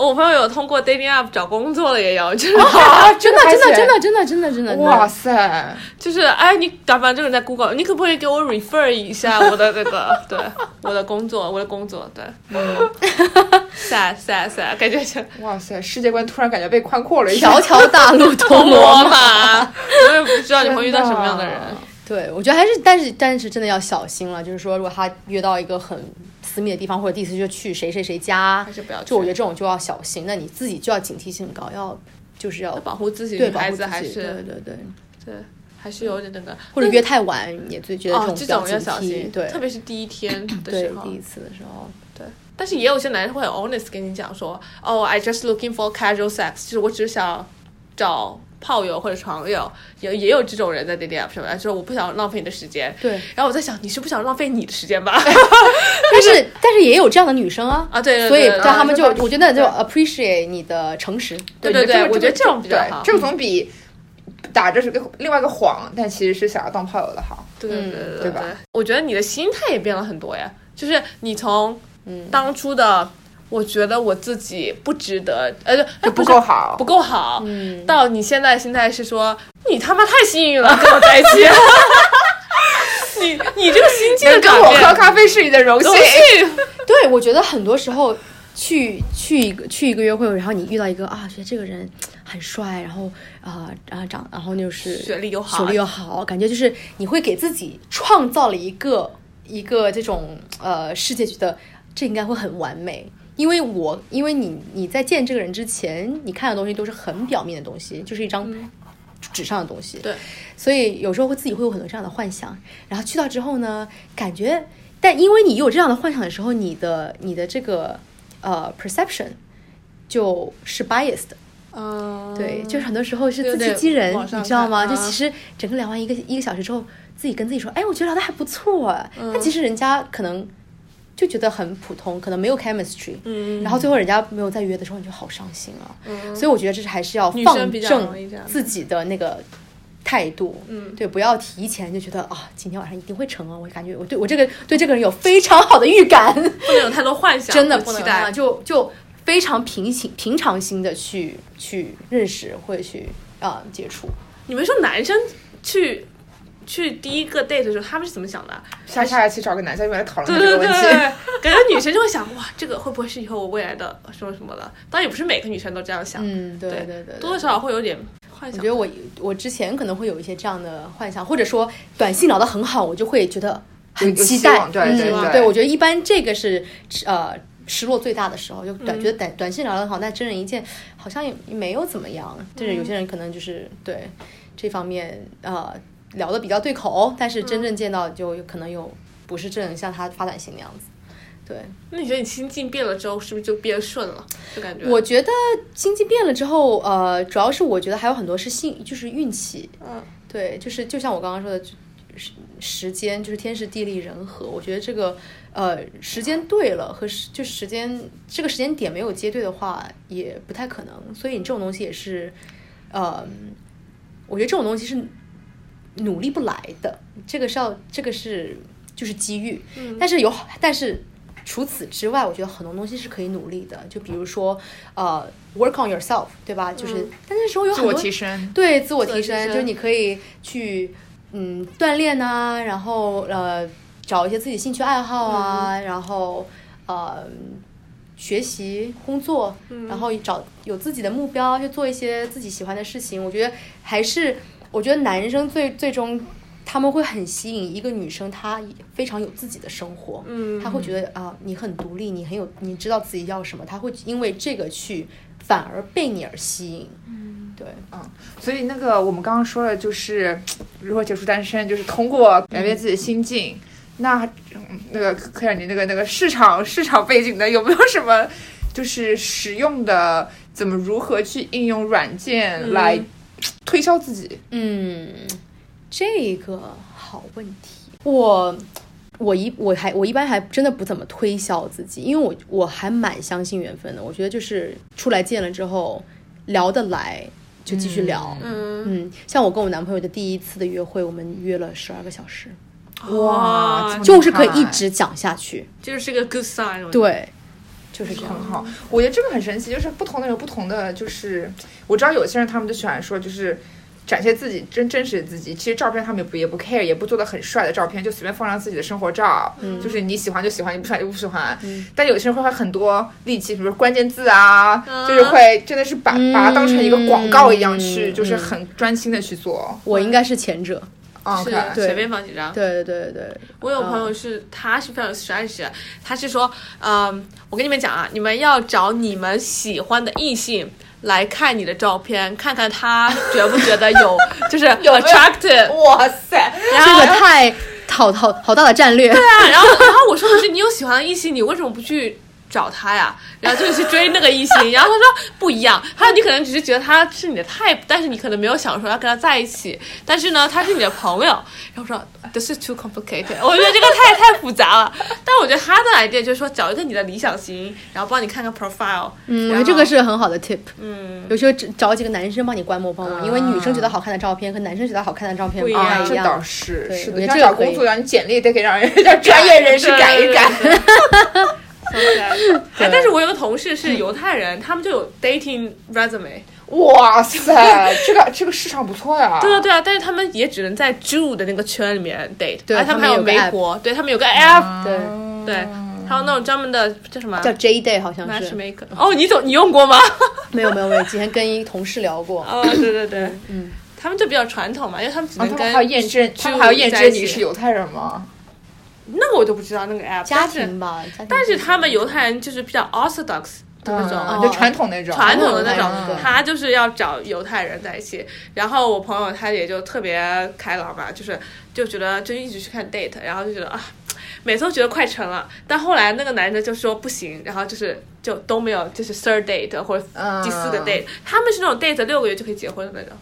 [SPEAKER 1] 我朋友有通过 dating app 找工作了，也有，就是、
[SPEAKER 2] 啊，
[SPEAKER 3] 真的真的真
[SPEAKER 2] 的
[SPEAKER 3] 的真的真的真的，
[SPEAKER 2] 还行，哇塞，
[SPEAKER 1] 就是，哎，你打扮这个人在 Google，你可不可以给我 refer 一下我的那个，对，我的工作，我的工作，对，sad sad sad，感觉像
[SPEAKER 2] 哇塞，世界观突然感觉被宽
[SPEAKER 1] <laughs>
[SPEAKER 2] 阔了一下
[SPEAKER 3] 条。条大路通
[SPEAKER 1] 红
[SPEAKER 3] 罗
[SPEAKER 1] 罗
[SPEAKER 3] 马。
[SPEAKER 1] 马，我也不知道你会遇到什么样的人。
[SPEAKER 3] 对，我觉得还是，但是但是真的要小心了。就是说，如果他约到一个很私密的地方，或者第一次就去谁谁谁家，
[SPEAKER 1] 还是不要去
[SPEAKER 3] 就我觉得这种就要小心。那你自己就要警惕性很高，要就是要
[SPEAKER 1] 保护自己，
[SPEAKER 3] 对
[SPEAKER 1] 女
[SPEAKER 3] 保护
[SPEAKER 1] 孩
[SPEAKER 3] 自己
[SPEAKER 1] 子还
[SPEAKER 3] 对
[SPEAKER 1] 是
[SPEAKER 3] 对对，
[SPEAKER 1] 对，还是有点那个，
[SPEAKER 3] 或者约太晚也最觉得
[SPEAKER 1] 哦，
[SPEAKER 3] 这
[SPEAKER 1] 这
[SPEAKER 3] 种
[SPEAKER 1] 种
[SPEAKER 3] 比较
[SPEAKER 1] 要
[SPEAKER 3] 警
[SPEAKER 1] 小
[SPEAKER 3] 惕
[SPEAKER 1] 心，
[SPEAKER 3] 对，
[SPEAKER 1] 特别是第一天的
[SPEAKER 3] 对
[SPEAKER 1] 时候
[SPEAKER 3] 第。一次的时
[SPEAKER 1] <laughs>
[SPEAKER 3] 候，
[SPEAKER 1] 对，但是也有些男生会很 honest 跟你讲说，哦、i just looking for casual sex，就是我只想找炮友或者床友，也也有这种人在 dating app 上面，就是我不想浪费你的时间。
[SPEAKER 3] 对。
[SPEAKER 1] 然后我在想，你是不想浪费你的时间
[SPEAKER 3] <laughs>
[SPEAKER 1] 吧？
[SPEAKER 3] 但是但是也有这样的女生啊，
[SPEAKER 1] 啊，对对对，
[SPEAKER 3] 所以
[SPEAKER 1] 对
[SPEAKER 3] 但他们就
[SPEAKER 2] 对对
[SPEAKER 3] 我觉得就 appreciate 你的诚实，
[SPEAKER 1] 对对对，
[SPEAKER 2] 这个
[SPEAKER 1] 我觉得这种比较
[SPEAKER 2] 对
[SPEAKER 1] 好。
[SPEAKER 2] 这个总比打着是个另外一个谎，但其实是想要当炮友的好。
[SPEAKER 1] 对对
[SPEAKER 3] 嗯
[SPEAKER 1] 对对
[SPEAKER 2] 对
[SPEAKER 1] 对
[SPEAKER 2] 吧
[SPEAKER 1] 我觉得你的心态也变了很多呀，就是你从
[SPEAKER 3] 嗯
[SPEAKER 1] 当初的。我觉得我自己不值得，呃，
[SPEAKER 2] 就
[SPEAKER 1] 哎
[SPEAKER 2] 不
[SPEAKER 1] 是
[SPEAKER 2] 够好
[SPEAKER 1] 不够好。
[SPEAKER 3] 嗯
[SPEAKER 1] 到你现在心态是说，你他妈太幸运
[SPEAKER 3] <laughs>
[SPEAKER 1] 了，跟我在一起。你你这个心境的
[SPEAKER 2] 能跟
[SPEAKER 1] 转
[SPEAKER 2] 我
[SPEAKER 1] 变
[SPEAKER 2] 喝，咖啡是你的荣幸哎
[SPEAKER 1] 荣。幸。
[SPEAKER 3] <laughs> 对，我觉得很多时候去去一个去一个约会，然后你遇到一个啊，觉得这个人很帅，然后啊啊、长，然后就是
[SPEAKER 1] 学历又好
[SPEAKER 3] 学历又好，感觉就是你会给自己创造了一个一个这种呃世界，觉得这应该会很完美。因为我，因为你你在见这个人之前，你看的东西都是很表面的东西，就是一张纸上的东西。
[SPEAKER 1] 嗯对，
[SPEAKER 3] 所以有时候会自己会有很多这样的幻想，然后去到之后呢，感觉，但因为你有这样的幻想的时候，你的你的这个呃 perception 就是 biased，的
[SPEAKER 1] 嗯，
[SPEAKER 3] 对，就是很多时候是自
[SPEAKER 1] 对对
[SPEAKER 3] 欺欺人，
[SPEAKER 1] 往上
[SPEAKER 3] 你知道吗？
[SPEAKER 1] 看
[SPEAKER 3] 就
[SPEAKER 1] 啊
[SPEAKER 3] 其实整个聊完一个一个小时之后，自己跟自己说，哎，我觉得聊得还不错啊，
[SPEAKER 1] 嗯
[SPEAKER 3] 但其实人家可能。就觉得很普通，可能没有 chemistry，嗯，然后最后人家没有再约的时候，你就好伤心啊。所以我觉得这是还是要
[SPEAKER 1] 嗯女
[SPEAKER 3] 放
[SPEAKER 1] 生比较容易这
[SPEAKER 3] 正
[SPEAKER 1] 样
[SPEAKER 3] 自己的那个态度，嗯，对，不要提前就觉得啊，今天晚上一定会成啊，我感觉我对我这个对这个人有非常好的预感，
[SPEAKER 1] 不能有太多幻想，
[SPEAKER 3] 真的
[SPEAKER 1] 不
[SPEAKER 3] 不
[SPEAKER 1] 能
[SPEAKER 3] 能
[SPEAKER 1] 有
[SPEAKER 3] 啊，
[SPEAKER 1] 太
[SPEAKER 3] 就就非常平行平常心的去去认识或者去啊、接触。
[SPEAKER 1] 你们说男生去去第一个 date 的时候，他们是怎么想的？
[SPEAKER 2] 下下一期找个男嘉宾来讨论
[SPEAKER 1] 对对
[SPEAKER 2] 这
[SPEAKER 1] 对，
[SPEAKER 2] 个问
[SPEAKER 1] 对
[SPEAKER 2] 题。
[SPEAKER 1] 感觉女生就会想，哇，这个会不会是以后我未来的什么什么的？当然也不是每个女生都这样想，
[SPEAKER 3] 嗯，对对对
[SPEAKER 1] 多多少少会有点幻想
[SPEAKER 3] 我觉。得我我之前可能会有一些这样的幻想，或者说短信聊得很好，我就会觉得很
[SPEAKER 2] 有有
[SPEAKER 3] 期
[SPEAKER 2] 希
[SPEAKER 3] 待。
[SPEAKER 2] 望对对
[SPEAKER 3] 嗯
[SPEAKER 2] 对
[SPEAKER 3] 我觉得一般这个是呃失落最大的时候，就短、觉
[SPEAKER 2] 嗯
[SPEAKER 3] 得短短信聊得很好，但真人一见好像也没有怎么样。就是有些人可能就是对这方面呃聊得比较对口，但是真正见到就可能有不是正像他发短信那样子。对，
[SPEAKER 1] 那你觉得你心境变了之后，是不是就变顺了？就感觉
[SPEAKER 3] 我觉得经济变了之后，呃，主要是我觉得还有很多是幸，就是运气。
[SPEAKER 1] 嗯，
[SPEAKER 3] 对，就是就像我刚刚说的，就时时间就是天时地利人和。我觉得这个呃，时间对了和时就时间这个时间点没有接对的话，也不太可能。所以你这种东西也是，呃，我觉得这种东西是努力不来的，这个是要这个是就是机遇，
[SPEAKER 2] 嗯
[SPEAKER 3] 但是有但是除此之外，我觉得很多东西是可以努力的，就比如说呃，work on yourself，对吧？就是、但那时候有
[SPEAKER 2] 嗯自
[SPEAKER 3] 很
[SPEAKER 2] 我
[SPEAKER 3] 多
[SPEAKER 2] 提升，
[SPEAKER 3] 对自我
[SPEAKER 1] 自
[SPEAKER 3] 提
[SPEAKER 1] 我提
[SPEAKER 3] 升，
[SPEAKER 1] 升
[SPEAKER 3] 就是你可以去嗯锻炼呐、然后呃找一些自己兴趣爱好啊，然后呃学习、工作，然后找有自己的目标，去做一些自己喜欢的事情。我觉得还是，我觉得男生最最终他们会很吸引一个女生，她非常有自己的生活，嗯，她会觉得啊、你很独立，你很有，你知道自己要什么，她会因为这个去反而被你而吸引，嗯，对，
[SPEAKER 2] 所以那个我们刚刚说了，就是如何解除单身，就是通过改变自己的心境。那嗯那个科长，你那个那个市场市场背景的有没有什么就是实用的，怎么如何去应用软件来推销自己？
[SPEAKER 3] 嗯，这个好问题。我我一我还我一般还真的不怎么推销自己，因为我我还蛮相信缘分的。我觉得就是出来见了之后聊得来就继续聊。嗯
[SPEAKER 1] 嗯，
[SPEAKER 3] 像我跟我男朋友的第一次的约会，我们约了十二个小时，
[SPEAKER 1] 哇
[SPEAKER 2] 这么
[SPEAKER 3] 就是可以
[SPEAKER 2] 厉害
[SPEAKER 3] 一直讲下去。
[SPEAKER 1] 就是个 good sign。，
[SPEAKER 3] 对，就是这样
[SPEAKER 2] 很。好，我觉得这个很神奇，就是不同的人有不同的，就是我知道有些人他们就喜欢说就是。展现自己真真实的自己，其实照片他们也不也不 care，也不做的很帅的照片，就随便放张自己的生活照，就是你喜欢就喜欢，你不喜欢就不喜欢。但有些人会花很多力气，比如说关键字啊，
[SPEAKER 1] 嗯
[SPEAKER 2] 就是会真的是把、把它当成一个广告一样去，
[SPEAKER 3] 嗯
[SPEAKER 2] 就是很专心的去做。
[SPEAKER 3] 我应该是前者。
[SPEAKER 2] 嗯，
[SPEAKER 1] 是
[SPEAKER 2] 对，
[SPEAKER 1] 随便放几张。
[SPEAKER 3] 对对对对，
[SPEAKER 1] 我有朋友是，他是非常有 strategy，的他是说，嗯，我跟你们讲啊，你们要找你们喜欢的异性来看你的照片，看看他觉不觉得有就是 attractive。
[SPEAKER 2] 哇塞，
[SPEAKER 1] 然
[SPEAKER 3] 这
[SPEAKER 1] 后
[SPEAKER 3] 个太好好好大的战略。
[SPEAKER 1] 对啊，然后然后我说的是，你有喜欢的异性，你为什么不去？找他呀，然后就去追那个异性，然后他说不一样，他说你可能只是觉得他是你的 type，但是你可能没有想说要跟他在一起，但是呢，他是你的朋友，然后说 this is too complicated，我觉得这个太太复杂了，但我觉得他的 idea 就是说找一个你的理想型，然后帮你看看 profile，
[SPEAKER 3] 嗯，我
[SPEAKER 1] 然后
[SPEAKER 3] 觉得这个是很好的 tip。
[SPEAKER 1] 嗯，啊
[SPEAKER 3] 有时候只找几个男生帮你观摩观摩，因为女生觉得好看的照片和男生觉得好看的照片
[SPEAKER 1] 不一样
[SPEAKER 3] 太
[SPEAKER 2] 这
[SPEAKER 3] 一
[SPEAKER 2] 倒
[SPEAKER 3] 样。
[SPEAKER 2] 是
[SPEAKER 3] 对
[SPEAKER 2] 是
[SPEAKER 3] 我
[SPEAKER 2] 的，
[SPEAKER 3] 觉得
[SPEAKER 2] 像
[SPEAKER 3] 这个
[SPEAKER 2] 找
[SPEAKER 3] 可
[SPEAKER 2] 工
[SPEAKER 3] 以
[SPEAKER 2] 作一样，你简历得给让人家专业人士改一改。
[SPEAKER 1] 对。对对对哎，但是我有个同事是犹太人，他们就有 dating resume，
[SPEAKER 2] 哇塞，这个这个市场不错呀！
[SPEAKER 1] 对啊，对啊，但是他们也只能在 Jew 的那个圈里面 date，啊
[SPEAKER 3] 对
[SPEAKER 1] 而且他
[SPEAKER 3] 他
[SPEAKER 1] 们
[SPEAKER 3] 们
[SPEAKER 1] 还
[SPEAKER 3] 有个
[SPEAKER 1] 美
[SPEAKER 3] app 嗯
[SPEAKER 1] 国，对他们有个 app，、
[SPEAKER 3] 对，
[SPEAKER 1] 嗯对，
[SPEAKER 2] 啊
[SPEAKER 1] 还有那种专门的叫什么
[SPEAKER 3] 叫 J Day 好像是，
[SPEAKER 1] matchmaker。哦，你总你用
[SPEAKER 3] <laughs>
[SPEAKER 1] 过吗？
[SPEAKER 3] 没有没有没有，之前跟一同事聊过。
[SPEAKER 1] 哦，对对对，嗯，他们就比较传统嘛，因为他们只
[SPEAKER 2] 啊，
[SPEAKER 1] 能
[SPEAKER 3] 哦
[SPEAKER 2] 他
[SPEAKER 1] 跟、
[SPEAKER 2] 们还要验证，他们还要验证你是犹太人吗？
[SPEAKER 1] 那个我就不知道那个 app，
[SPEAKER 3] 家
[SPEAKER 1] 但是
[SPEAKER 3] 庭吧，家庭
[SPEAKER 1] 但是他们犹太人就是比较 orthodox 的那种。
[SPEAKER 2] 嗯
[SPEAKER 3] 哦
[SPEAKER 2] 就传统那种，
[SPEAKER 1] 传统的那
[SPEAKER 3] 嗯
[SPEAKER 1] 种
[SPEAKER 3] 对，
[SPEAKER 1] 他就是要找犹太人在一起。然后我朋友他也就特别开朗嘛，就是就觉得就一直去看 date，然后就觉得啊，每次都觉得快成了。但后来那个男的就说不行，然后就是就都没有，就是 third date 或者
[SPEAKER 2] 嗯
[SPEAKER 1] 第四个 date，、他们是那种 date 六个月就可以结婚的那种。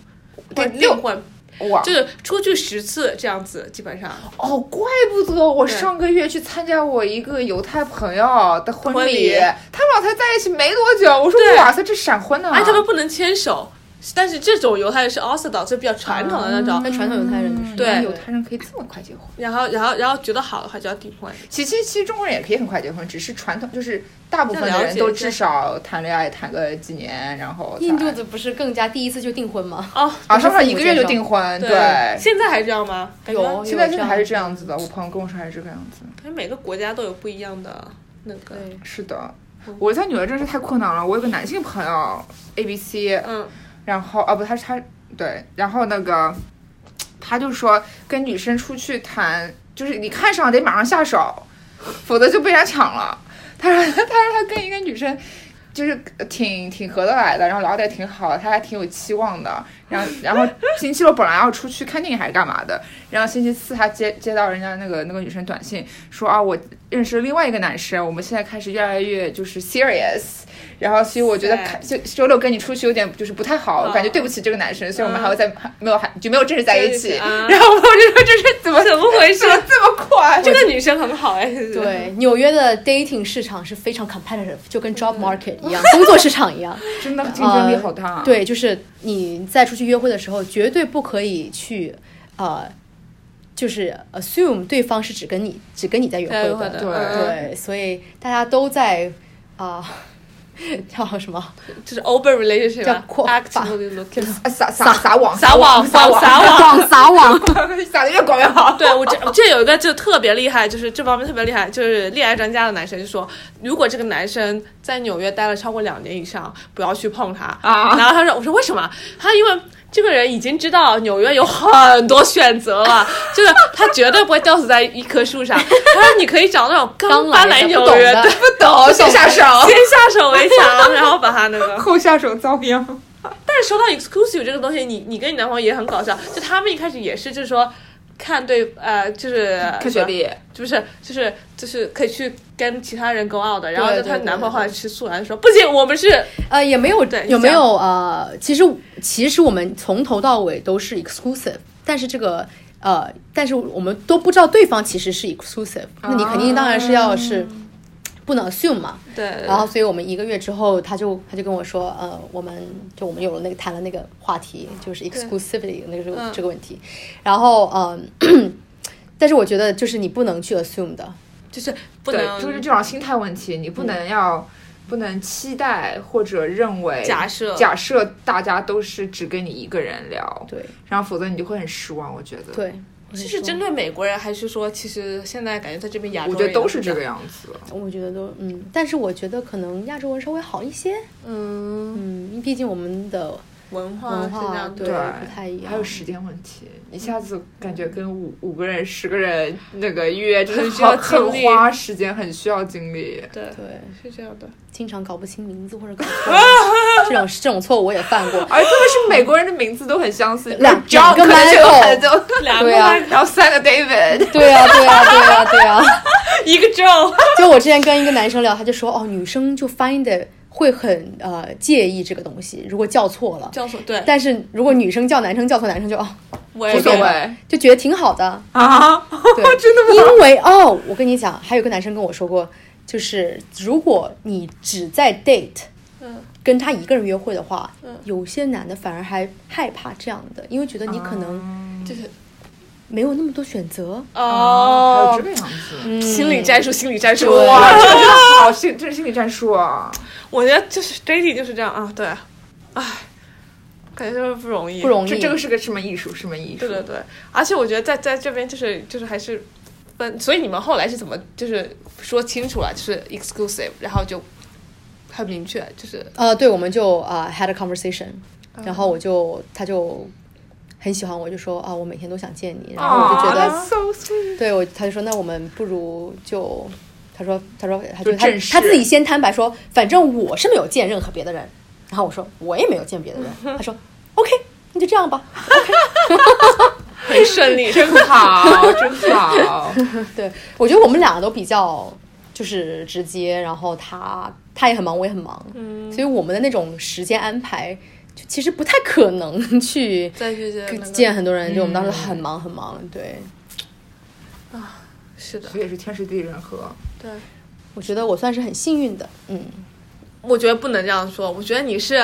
[SPEAKER 2] 对
[SPEAKER 1] 或者
[SPEAKER 2] 六
[SPEAKER 1] 订婚
[SPEAKER 2] 哇
[SPEAKER 1] 就是出去十次这样子，基本上
[SPEAKER 2] 哦，怪不得我
[SPEAKER 1] 对
[SPEAKER 2] 上个月去参加我一个犹太朋友的婚
[SPEAKER 1] 婚
[SPEAKER 2] 礼
[SPEAKER 1] 礼，
[SPEAKER 2] 他们俩才在一起没多久，我说
[SPEAKER 1] 对
[SPEAKER 2] 哇塞，这闪婚呢！
[SPEAKER 1] 而且他们不能牵手。但是这种犹太人是 Orthodox，就比较啊传统的那种。
[SPEAKER 3] 跟传统犹太人就是
[SPEAKER 1] 嗯对
[SPEAKER 2] 犹太人可以这么快结婚。
[SPEAKER 1] 然后，然后，然后觉得好的话就要订婚。
[SPEAKER 2] 其实其实中国人也可以很快结婚，只是传统就是大部分
[SPEAKER 1] 要
[SPEAKER 2] 的
[SPEAKER 1] 了
[SPEAKER 2] 人
[SPEAKER 1] 解
[SPEAKER 2] 都
[SPEAKER 1] 一下
[SPEAKER 2] 至少谈恋爱谈个几年，然后
[SPEAKER 3] 印
[SPEAKER 2] 才
[SPEAKER 3] 度的不是更加第一次就订婚吗？
[SPEAKER 1] 哦，
[SPEAKER 2] 啊，
[SPEAKER 3] 不是
[SPEAKER 2] 他们俩一
[SPEAKER 3] 父母
[SPEAKER 2] 个月
[SPEAKER 3] 介
[SPEAKER 2] 就
[SPEAKER 3] 绍
[SPEAKER 2] 订婚，对。
[SPEAKER 1] 现在还这样吗？感觉
[SPEAKER 3] 有
[SPEAKER 2] 现在
[SPEAKER 3] 这
[SPEAKER 2] 现在
[SPEAKER 3] 样
[SPEAKER 2] 还是这样子的，我朋友跟我说还是这个样子。
[SPEAKER 1] 感觉每个国家都有不一样的那
[SPEAKER 3] <laughs>
[SPEAKER 1] 个。
[SPEAKER 3] 对，
[SPEAKER 2] 是的，
[SPEAKER 3] 嗯
[SPEAKER 2] 我在纽约真是太困难了。我有个男性朋友，A B C，
[SPEAKER 1] 嗯，
[SPEAKER 2] 然后啊不，他是他对，然后那个他就说跟女生出去谈，就是你看上了得马上下手，否则就被人家抢了。他说他说他跟一个女生。就是挺挺合得来的，然后聊得也挺好，他还挺有期望的。然后然后星期六本来要出去看电影还是干嘛的，然后星期四他接接到人家那个那个女生短信说啊，我认识了另外一个男生，我们现在开始越来越就是 serious。然后所以我觉得
[SPEAKER 1] 塞
[SPEAKER 2] 看就周六跟你出去有点就是不太好，我感觉对不起这个男生，所以我们还会在、还没有还就没有正式在一起。
[SPEAKER 1] 对啊
[SPEAKER 2] <laughs> 然后我就说这是怎么
[SPEAKER 1] 怎么回事
[SPEAKER 2] 怎？么这么快？
[SPEAKER 1] 这个女生很好哎。是
[SPEAKER 3] 对，纽约的 dating 市场是非常 competitive，就跟 job
[SPEAKER 1] 嗯
[SPEAKER 3] market 一样，工作市场一样。
[SPEAKER 2] 真的竞争力好大。啊
[SPEAKER 3] 呃。对，就是你在出去约会的时候，绝对不可以去呃，就是 assume 对方是只跟你只跟你在约
[SPEAKER 1] 在约
[SPEAKER 3] 会
[SPEAKER 1] 会
[SPEAKER 3] 的。
[SPEAKER 1] 的嗯
[SPEAKER 2] 对
[SPEAKER 3] 对，所以大家都在啊、 <laughs> 叫什么？
[SPEAKER 1] 就是 open relationship
[SPEAKER 3] 叫
[SPEAKER 1] 吧
[SPEAKER 3] 扩
[SPEAKER 1] actively looking。
[SPEAKER 2] 啊撒撒撒网
[SPEAKER 1] 撒网，
[SPEAKER 2] 撒网
[SPEAKER 1] 撒网。
[SPEAKER 3] 广撒网。
[SPEAKER 2] 撒 <laughs> 的越广越
[SPEAKER 1] <laughs>
[SPEAKER 2] 好。
[SPEAKER 1] 对我这这有一个就特别厉害，就是这方面特别厉害，就是恋爱专家的男生就说，如果这个男生在纽约待了超过两年以上，不要去碰他
[SPEAKER 2] 啊
[SPEAKER 1] 然后他说，我说为什么？他因为这个人已经知道纽约有很多选择了，就是他绝对不会吊死在一棵树上。他说你可以找那种
[SPEAKER 3] 刚
[SPEAKER 1] 刚
[SPEAKER 3] 来
[SPEAKER 1] 搬
[SPEAKER 3] 的
[SPEAKER 1] 来
[SPEAKER 3] 不
[SPEAKER 1] 纽
[SPEAKER 3] 懂
[SPEAKER 1] 约，
[SPEAKER 3] 的
[SPEAKER 1] 对，不懂
[SPEAKER 2] 先下手
[SPEAKER 1] 先下手为强， <laughs> 然后把他那个。
[SPEAKER 2] 后下手遭殃。
[SPEAKER 1] 但是说到 exclusive 这个东西，你你跟你男朋友也很搞笑，就他们一开始也是，就是说。看对呃，就是
[SPEAKER 2] 看学历，
[SPEAKER 1] 就是就是就是可以去跟其他人 go out 的。然后
[SPEAKER 3] 对
[SPEAKER 1] 就
[SPEAKER 3] 对
[SPEAKER 1] 她
[SPEAKER 3] 对
[SPEAKER 1] 男朋友
[SPEAKER 3] 对
[SPEAKER 1] 后来吃素了，就说不行，我们是
[SPEAKER 3] 呃，也没有
[SPEAKER 1] 对
[SPEAKER 3] 有
[SPEAKER 1] 你
[SPEAKER 3] 没
[SPEAKER 1] 讲
[SPEAKER 3] 有呃，其实其实我们从头到尾都是 exclusive，但是这个呃，但是我们都不知道对方其实是 exclusive，那你肯定当然是要
[SPEAKER 1] 哦
[SPEAKER 3] 是不能 assume 嘛。
[SPEAKER 1] 对，
[SPEAKER 3] 然后，所以我们一个月之后，他就他就跟我说，呃，我们就我们有了那个谈了那个话题，就是 exclusivity 那个这个、
[SPEAKER 1] 嗯
[SPEAKER 3] 这个问题。然后，嗯， <clears throat> 但是我觉得就是你不能去 assume 的，
[SPEAKER 1] 就是不
[SPEAKER 2] 对，
[SPEAKER 1] 能
[SPEAKER 2] 就是这种心态问题，你不能要。不能期待或者认为
[SPEAKER 1] 假设
[SPEAKER 2] 假设大家都是只跟你一个人聊，
[SPEAKER 3] 对
[SPEAKER 2] 然后否则你就会很失望。我觉得，，
[SPEAKER 3] 对，
[SPEAKER 1] 这是针对美国人，还是说其实现在感觉在这边亚洲
[SPEAKER 2] 我觉得
[SPEAKER 1] 人也
[SPEAKER 2] 都是这
[SPEAKER 1] 样
[SPEAKER 2] 个样子。
[SPEAKER 3] 我觉得都嗯，但是我觉得可能亚洲人稍微好一些，
[SPEAKER 1] 嗯
[SPEAKER 3] 嗯，毕竟我们的
[SPEAKER 1] 文化
[SPEAKER 3] 文
[SPEAKER 1] 是这
[SPEAKER 3] 化
[SPEAKER 1] 样啊
[SPEAKER 3] 对
[SPEAKER 1] 的，
[SPEAKER 2] 对
[SPEAKER 3] 不太一样，
[SPEAKER 2] 还有时间问题，一下子感觉跟五五个人、十个人那个约，真的
[SPEAKER 1] 很需要
[SPEAKER 2] 很
[SPEAKER 1] 精
[SPEAKER 2] 很
[SPEAKER 1] 力
[SPEAKER 2] 花时间，很需要精力。
[SPEAKER 1] 对
[SPEAKER 3] 对，
[SPEAKER 1] 是这样的。
[SPEAKER 3] 经常搞不清名字或者搞错
[SPEAKER 1] <laughs>
[SPEAKER 3] 这种这种错误我也犯过，
[SPEAKER 2] <laughs> 而特别是美国人的名字都很相似，
[SPEAKER 3] 两
[SPEAKER 2] John
[SPEAKER 3] 两个
[SPEAKER 2] 可能就有
[SPEAKER 3] Michael
[SPEAKER 2] 很多，
[SPEAKER 1] <laughs> 两
[SPEAKER 3] 对啊
[SPEAKER 2] 然后三个 David，
[SPEAKER 3] 对啊，对啊，对啊，对啊。
[SPEAKER 1] 一个 Joe，
[SPEAKER 3] <laughs> 就我之前跟一个男生聊，他就说哦，女生就发音的会很呃介意这个东西，如果叫错了。
[SPEAKER 1] 叫错对，
[SPEAKER 3] 但是如果女生叫男生叫错，男生就哦
[SPEAKER 1] 我也
[SPEAKER 2] <laughs> 无
[SPEAKER 1] 觉
[SPEAKER 2] 所
[SPEAKER 1] 得
[SPEAKER 2] 谓
[SPEAKER 3] 就觉得挺好的，
[SPEAKER 2] 啊。
[SPEAKER 3] 对，真的吗？因为哦，我跟你讲，还有个男生跟我说过，就是如果你只在 date，
[SPEAKER 1] 嗯，
[SPEAKER 3] 跟他一个人约会的话，
[SPEAKER 1] 嗯
[SPEAKER 3] 有些男的反而还害怕这样的，因为觉得你可能
[SPEAKER 1] 就是
[SPEAKER 3] 没有那么多选择，
[SPEAKER 2] 还有
[SPEAKER 1] 哦
[SPEAKER 2] 这，个样子，
[SPEAKER 3] 嗯
[SPEAKER 1] 心理战术，心理战术，
[SPEAKER 3] 对
[SPEAKER 2] 哇，这个真的好，心这是心理战术啊。
[SPEAKER 1] 我觉得就是 dating 就是这样啊，对，唉，感觉就是不容易，
[SPEAKER 3] 不容易。
[SPEAKER 2] 这这个是个什么艺术？什么艺术？
[SPEAKER 1] 对对对，而且我觉得在在这边就是就是还是分，所以你们后来是怎么就是说清楚了，就是 exclusive，然后就很明确，就是
[SPEAKER 3] 呃，对，我们就啊、had a conversation，然后我就他就很喜欢我，就说啊，我每天都想见你，然后我就觉
[SPEAKER 2] 啊
[SPEAKER 3] 得，
[SPEAKER 2] that's so sweet。
[SPEAKER 3] 对我他就说那我们不如就。他说：“他说，他
[SPEAKER 2] 就
[SPEAKER 3] 就他
[SPEAKER 2] 正式
[SPEAKER 3] 他自己先摊白说，反正我是没有见任何别的人。然后我说我也没有见别的人。他说，OK，那就这样吧。
[SPEAKER 1] 很顺
[SPEAKER 2] <laughs>
[SPEAKER 1] 利，
[SPEAKER 2] 真好，真 <laughs> 好，
[SPEAKER 3] 对，我觉得我们两个都比较就是直接，然后他他也很忙，我也很忙，嗯，所以我们的那种时间安排，就其实不太可能去
[SPEAKER 1] 再去见那个
[SPEAKER 3] 见很多人，就我们当时很忙很忙，对。
[SPEAKER 1] 是的，
[SPEAKER 2] 所以也是天时地利人和。
[SPEAKER 1] 对。
[SPEAKER 3] 我觉得我算是很幸运的，嗯，
[SPEAKER 1] 我觉得不能这样说，我觉得你是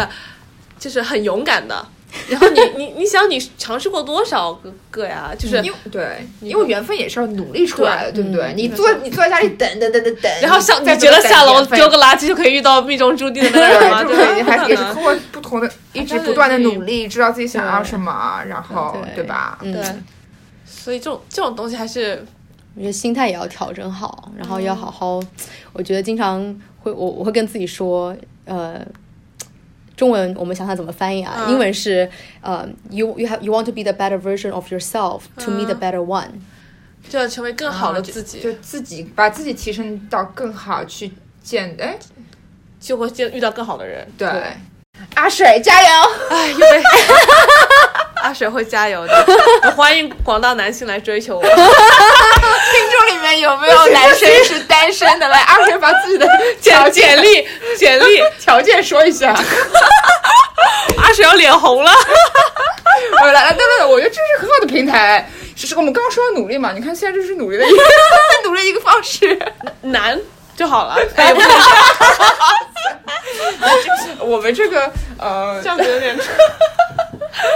[SPEAKER 1] 就是很勇敢的。然后你你你想你尝试过多少个个呀？就是
[SPEAKER 2] 因为对，因为缘分也是要努力出来的，对不对？你坐你坐在家里等等等等等，
[SPEAKER 1] 嗯然后像你
[SPEAKER 2] 再
[SPEAKER 1] 觉得下楼
[SPEAKER 2] 等
[SPEAKER 1] 丢个垃圾就可以遇到命中注定的那个人
[SPEAKER 2] 对， <laughs>
[SPEAKER 1] 吗？哎
[SPEAKER 2] 就
[SPEAKER 1] 对
[SPEAKER 2] 是
[SPEAKER 1] <laughs> 吧，
[SPEAKER 2] 你还是
[SPEAKER 1] 不
[SPEAKER 2] 也
[SPEAKER 1] 可
[SPEAKER 2] 是
[SPEAKER 1] 能
[SPEAKER 2] 通过不同的，一直不断的努力，知道自己想要什么，然后
[SPEAKER 3] 对
[SPEAKER 2] 对吧？
[SPEAKER 3] 嗯，
[SPEAKER 1] 对，所以这种这种东西还是
[SPEAKER 3] 我觉得心态也要调整好，然后要好好，我觉得经常会我我会跟自己说，呃。中文我们想想怎么翻译啊？
[SPEAKER 1] 嗯
[SPEAKER 3] 英文是呃、y o u you have you want to be the better version of yourself to meet the better one、
[SPEAKER 1] 就要成为更
[SPEAKER 2] 啊
[SPEAKER 1] 好的自己，
[SPEAKER 2] 嗯就自己把自己提升到更好去见，哎，
[SPEAKER 1] 就会见遇到更好的人。
[SPEAKER 2] 对。阿水
[SPEAKER 1] <laughs>
[SPEAKER 2] 加油！
[SPEAKER 1] 哎，又被阿水会加油的，我 <laughs> 欢迎广大男性来追 <laughs> 求我。
[SPEAKER 2] 听众里面有没有男生是单身的？来，阿水把自己的条
[SPEAKER 1] 简简
[SPEAKER 2] 件
[SPEAKER 1] 历简历，
[SPEAKER 2] 条件说一下。
[SPEAKER 1] 阿水要脸红了。
[SPEAKER 2] <laughs> 我呃来来，对对对，我觉得这是很好的平台。是是我们刚刚说到努力嘛，你看现在这是努力的一 <laughs> 个努力的一个方式。
[SPEAKER 1] 男就好了， <laughs> 哎，不能
[SPEAKER 2] 我们这个呃
[SPEAKER 1] 这，样子有点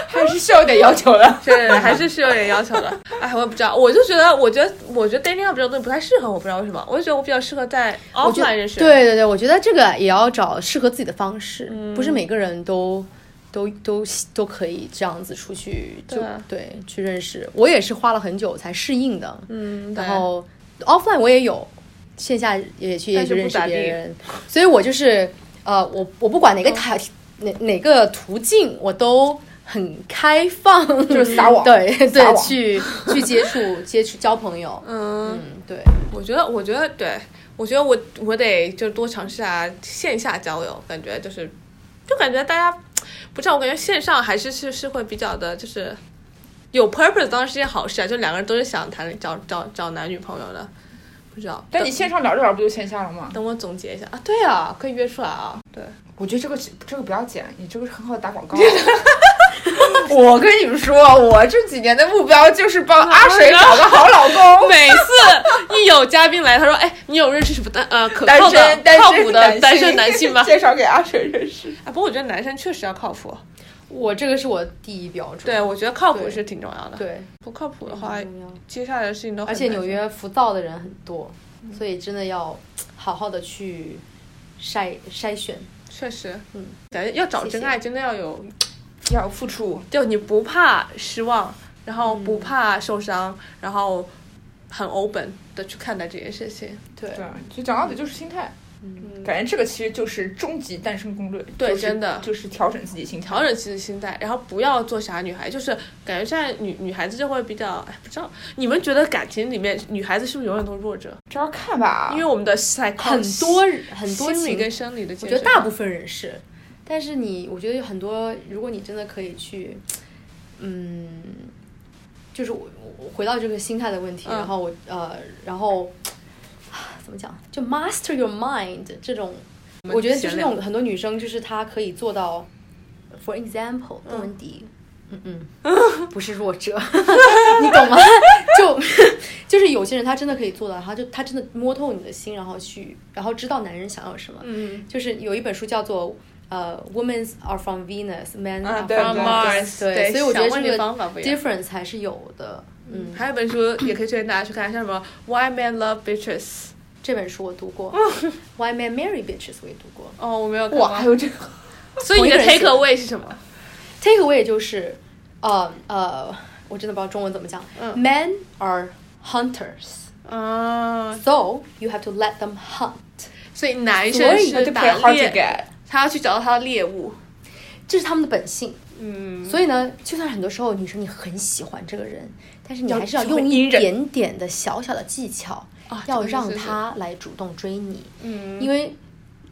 [SPEAKER 2] 还是需要有点要求的。
[SPEAKER 1] <laughs> 对对对，还是是有点要求的。哎，我也不知道，我就觉得，我觉得，我觉得 dating app 这种东西不太适合我，不知道为什么。我就觉得我比较适合在
[SPEAKER 3] 我觉
[SPEAKER 1] offline
[SPEAKER 3] 得
[SPEAKER 1] 认识。，
[SPEAKER 3] 对对对，我觉得这个也要找适合自己的方式，不是每个人都都都都可以这样子出去就
[SPEAKER 1] 对啊
[SPEAKER 3] 对去认识。我也是花了很久才适应的，
[SPEAKER 1] 嗯，
[SPEAKER 3] 然后 offline 我也有，线下也去也
[SPEAKER 1] 但是
[SPEAKER 3] 去认
[SPEAKER 1] 不
[SPEAKER 3] 识
[SPEAKER 1] 咋
[SPEAKER 3] 别
[SPEAKER 1] 地
[SPEAKER 3] 人，所以我就是呃，我我不管哪个台、哪哪个途径，我都很开放，
[SPEAKER 2] 就是撒网
[SPEAKER 3] <laughs> 对
[SPEAKER 2] 撒
[SPEAKER 3] 对，
[SPEAKER 2] 网
[SPEAKER 3] 去去接触接触交朋友，
[SPEAKER 1] 嗯，
[SPEAKER 3] 嗯，对，
[SPEAKER 1] 我觉得，我觉得，对我觉得我我得就是多尝试下线下交友，感觉就是，就感觉大家不知道，我感觉线上还是是是会比较的，就是有 purpose 当然是件好事啊，就两个人都是想谈找找找男女朋友的，不知道。
[SPEAKER 2] 但你线上聊着聊不就线下了吗？
[SPEAKER 1] 等我总结一下啊，对啊，可以约出来啊，对，
[SPEAKER 2] 我觉得这个这个不要剪，你这个是很好的打 <laughs> 广告。我跟你们说，我这几年的目标就是帮阿水找个好老公。
[SPEAKER 1] 每次一有嘉宾来，他说：“哎，你有认识什么单呃可
[SPEAKER 2] 单
[SPEAKER 1] 靠的
[SPEAKER 2] 身、单
[SPEAKER 1] 靠
[SPEAKER 2] 身
[SPEAKER 1] 谱的单身男性吗
[SPEAKER 2] <laughs> 介绍给阿水认识。？”
[SPEAKER 1] 啊，不过我觉得男生确实要靠谱，
[SPEAKER 3] 我这个是我第一标准。
[SPEAKER 1] 对我觉得靠谱
[SPEAKER 3] 对
[SPEAKER 1] 是挺重要的。，
[SPEAKER 3] 对，嗯
[SPEAKER 1] 不靠谱的话，
[SPEAKER 3] 很重要
[SPEAKER 1] 接下来的事情都很
[SPEAKER 3] 而且
[SPEAKER 1] 难
[SPEAKER 3] 纽约浮躁的人很多，所以真的要好好的去筛筛选。
[SPEAKER 1] 确实，
[SPEAKER 3] 嗯，
[SPEAKER 1] 感觉要找
[SPEAKER 3] 谢谢
[SPEAKER 1] 真爱真的要有，
[SPEAKER 2] 要付出，
[SPEAKER 1] 就你不怕失望，然后不怕受
[SPEAKER 3] 嗯
[SPEAKER 1] 伤，然后很 open 的去看待这件事情。
[SPEAKER 3] 对
[SPEAKER 2] 对，就讲到底就是心态。
[SPEAKER 3] 嗯
[SPEAKER 2] 感觉这个其实就是终极单身攻略，
[SPEAKER 1] 对
[SPEAKER 2] 就是
[SPEAKER 1] 真的
[SPEAKER 2] 就是调整自己心态，
[SPEAKER 1] 调整自己的心态，然后不要做傻女孩，就是感觉现在女女孩子就会比较，哎，不知道你们觉得感情里面女孩子是不是永远都弱者？
[SPEAKER 2] 这要看吧，
[SPEAKER 1] 因为我们的 psych
[SPEAKER 3] 很多人啊很多
[SPEAKER 1] 心理
[SPEAKER 3] 情
[SPEAKER 1] 跟生理的建
[SPEAKER 3] 我
[SPEAKER 1] 设，
[SPEAKER 3] 觉得大部分人是，但是你，我觉得有很多，如果你真的可以去，嗯，就是我我回到这个心态的问题，
[SPEAKER 1] 嗯
[SPEAKER 3] 然后我呃，然后啊怎么讲，就 master your mind 这种，
[SPEAKER 1] 们
[SPEAKER 3] 我觉得就是
[SPEAKER 1] 闲
[SPEAKER 3] 那
[SPEAKER 1] 聊
[SPEAKER 3] 种很多女生就是她可以做到，for example，邓文迪。嗯嗯， <laughs> 不是弱者，你懂吗？ <laughs> 就就是有些人他真的可以做到，他就他真的摸透你的心，然后去，然后知道男人想要什么。
[SPEAKER 1] 嗯，
[SPEAKER 3] 就是有一本书叫做呃，Women are from Venus, Men
[SPEAKER 2] 啊
[SPEAKER 3] are
[SPEAKER 2] 对
[SPEAKER 3] from
[SPEAKER 2] From
[SPEAKER 3] Mars，
[SPEAKER 1] Mars，对
[SPEAKER 3] 所以我觉得
[SPEAKER 1] 想问
[SPEAKER 3] 这
[SPEAKER 1] 的
[SPEAKER 3] 个
[SPEAKER 1] 方法不一样
[SPEAKER 3] difference 还是有的。嗯，
[SPEAKER 1] 还有一本书也可以推荐大家去看，像什么《Why Men Love Bitches》。
[SPEAKER 3] 这本书我读过，Why <laughs> Men Marry Bitches》我也读过。
[SPEAKER 1] 哦，我没有看
[SPEAKER 2] 哇，还
[SPEAKER 1] 过。
[SPEAKER 2] 有这个，
[SPEAKER 1] 所以你的
[SPEAKER 3] 同一个人
[SPEAKER 1] take
[SPEAKER 3] 写的
[SPEAKER 1] away 是什么？
[SPEAKER 3] Take away 就是，呃呃，我真的不知道中文怎么讲。
[SPEAKER 1] 嗯
[SPEAKER 3] Men are hunters,
[SPEAKER 1] 啊，
[SPEAKER 3] so you have to let them hunt。
[SPEAKER 1] 所以男
[SPEAKER 2] 所
[SPEAKER 1] 生
[SPEAKER 2] 以
[SPEAKER 1] 是
[SPEAKER 2] 就 play
[SPEAKER 1] 打
[SPEAKER 2] hard to
[SPEAKER 1] 猎，
[SPEAKER 2] get，
[SPEAKER 1] 他要去找到他的猎物。
[SPEAKER 3] 这是他们的本性，
[SPEAKER 1] 嗯，
[SPEAKER 3] 所以呢，就算很多时候女生你很喜欢这个人，但是你
[SPEAKER 2] 要
[SPEAKER 3] 还是要
[SPEAKER 2] 学会
[SPEAKER 3] 用一
[SPEAKER 2] 隐忍
[SPEAKER 3] 点点的小小的技巧，
[SPEAKER 1] 啊
[SPEAKER 3] 要
[SPEAKER 1] 这个是
[SPEAKER 3] 让
[SPEAKER 1] 是是
[SPEAKER 3] 他来主动追你。
[SPEAKER 1] 嗯，
[SPEAKER 3] 因为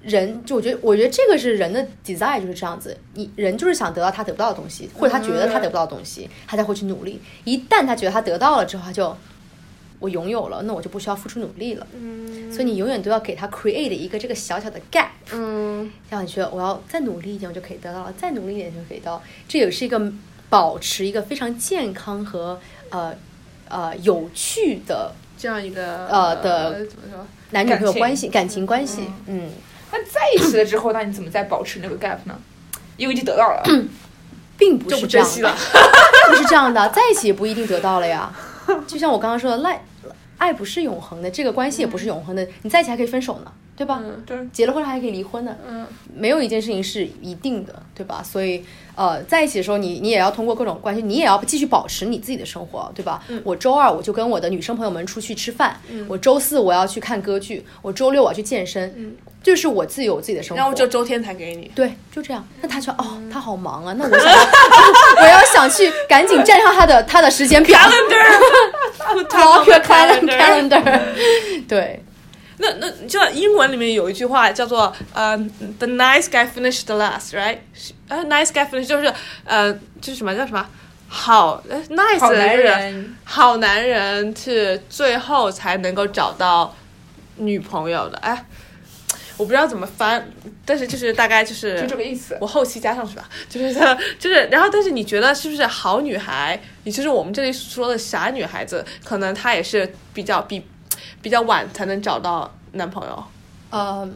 [SPEAKER 3] 人就我觉得，我觉得这个是人的 desire 就是这样子，你人就是想得到他得不到的东西，或者他觉得
[SPEAKER 1] 嗯
[SPEAKER 3] 他得不到的东西，他才会去努力。一旦他觉得他得到了之后，他就我拥有了，那我就不需要付出努力了。
[SPEAKER 1] 嗯
[SPEAKER 3] 所以你永远都要给他 create 一个这个小小的 gap，
[SPEAKER 1] 嗯，
[SPEAKER 3] 让你觉得我要再努力一点，我就可以得到了，再努力一点就可以得到。这也是一个保持一个非常健康和呃呃有趣的
[SPEAKER 1] 这样一个
[SPEAKER 3] 呃的
[SPEAKER 1] 怎么说？
[SPEAKER 3] 男女朋
[SPEAKER 2] 感
[SPEAKER 3] 友
[SPEAKER 2] 情
[SPEAKER 3] 关系、感情关系。嗯
[SPEAKER 2] 那在一起了之后，那你怎么再保持那个 gap 呢？因为已经得到了，
[SPEAKER 1] 嗯
[SPEAKER 3] 并不
[SPEAKER 1] 就是不
[SPEAKER 3] 这
[SPEAKER 1] 珍
[SPEAKER 3] 样
[SPEAKER 1] 惜
[SPEAKER 3] 的
[SPEAKER 1] 了，。
[SPEAKER 3] <laughs> 不是这样的，在一起也不一定得到了呀。就像我刚刚说的，爱爱不是永恒的，这个关系也不是永恒的，你在一起还可以分手呢，对吧？
[SPEAKER 1] 嗯
[SPEAKER 2] 对，
[SPEAKER 3] 结了婚还可以离婚呢，
[SPEAKER 1] 嗯，
[SPEAKER 3] 没有一件事情是一定的，对吧？所以，呃，在一起的时候你，你也要通过各种关系，你也要继续保持你自己的生活，对吧？
[SPEAKER 1] 嗯
[SPEAKER 3] 我周二我就跟我的女生朋友们出去吃饭，我周四我要去看歌剧，我周六我要去健身，就是我自己有我自己的生活。
[SPEAKER 1] 嗯然后就嗯周天才给你。
[SPEAKER 3] 对，就这样。那他说哦，他好忙啊，那我想要， <laughs> 我要想去赶紧占上他的他的时间表 <laughs>
[SPEAKER 1] Block your calendar
[SPEAKER 3] calendar。对，
[SPEAKER 1] 那那你知道英文里面有一句话叫做呃、t h e nice guy finished the last，right？是呃、n i c e guy finished 就是呃，就是什么叫什么好呃 nice
[SPEAKER 2] 好
[SPEAKER 1] 的
[SPEAKER 2] 男
[SPEAKER 1] 就是
[SPEAKER 2] 人，
[SPEAKER 1] 好男人是最后才能够找到女朋友的。哎，我不知道怎么翻，但是就是大概就是
[SPEAKER 2] 就这个意思。
[SPEAKER 1] 我后期加上去吧， <laughs> 就是他就是，然后但是你觉得是不是好女孩，也就是我们这里说的傻女孩子，可能她也是比较比比较晚才能找到男朋友。
[SPEAKER 3] 呃，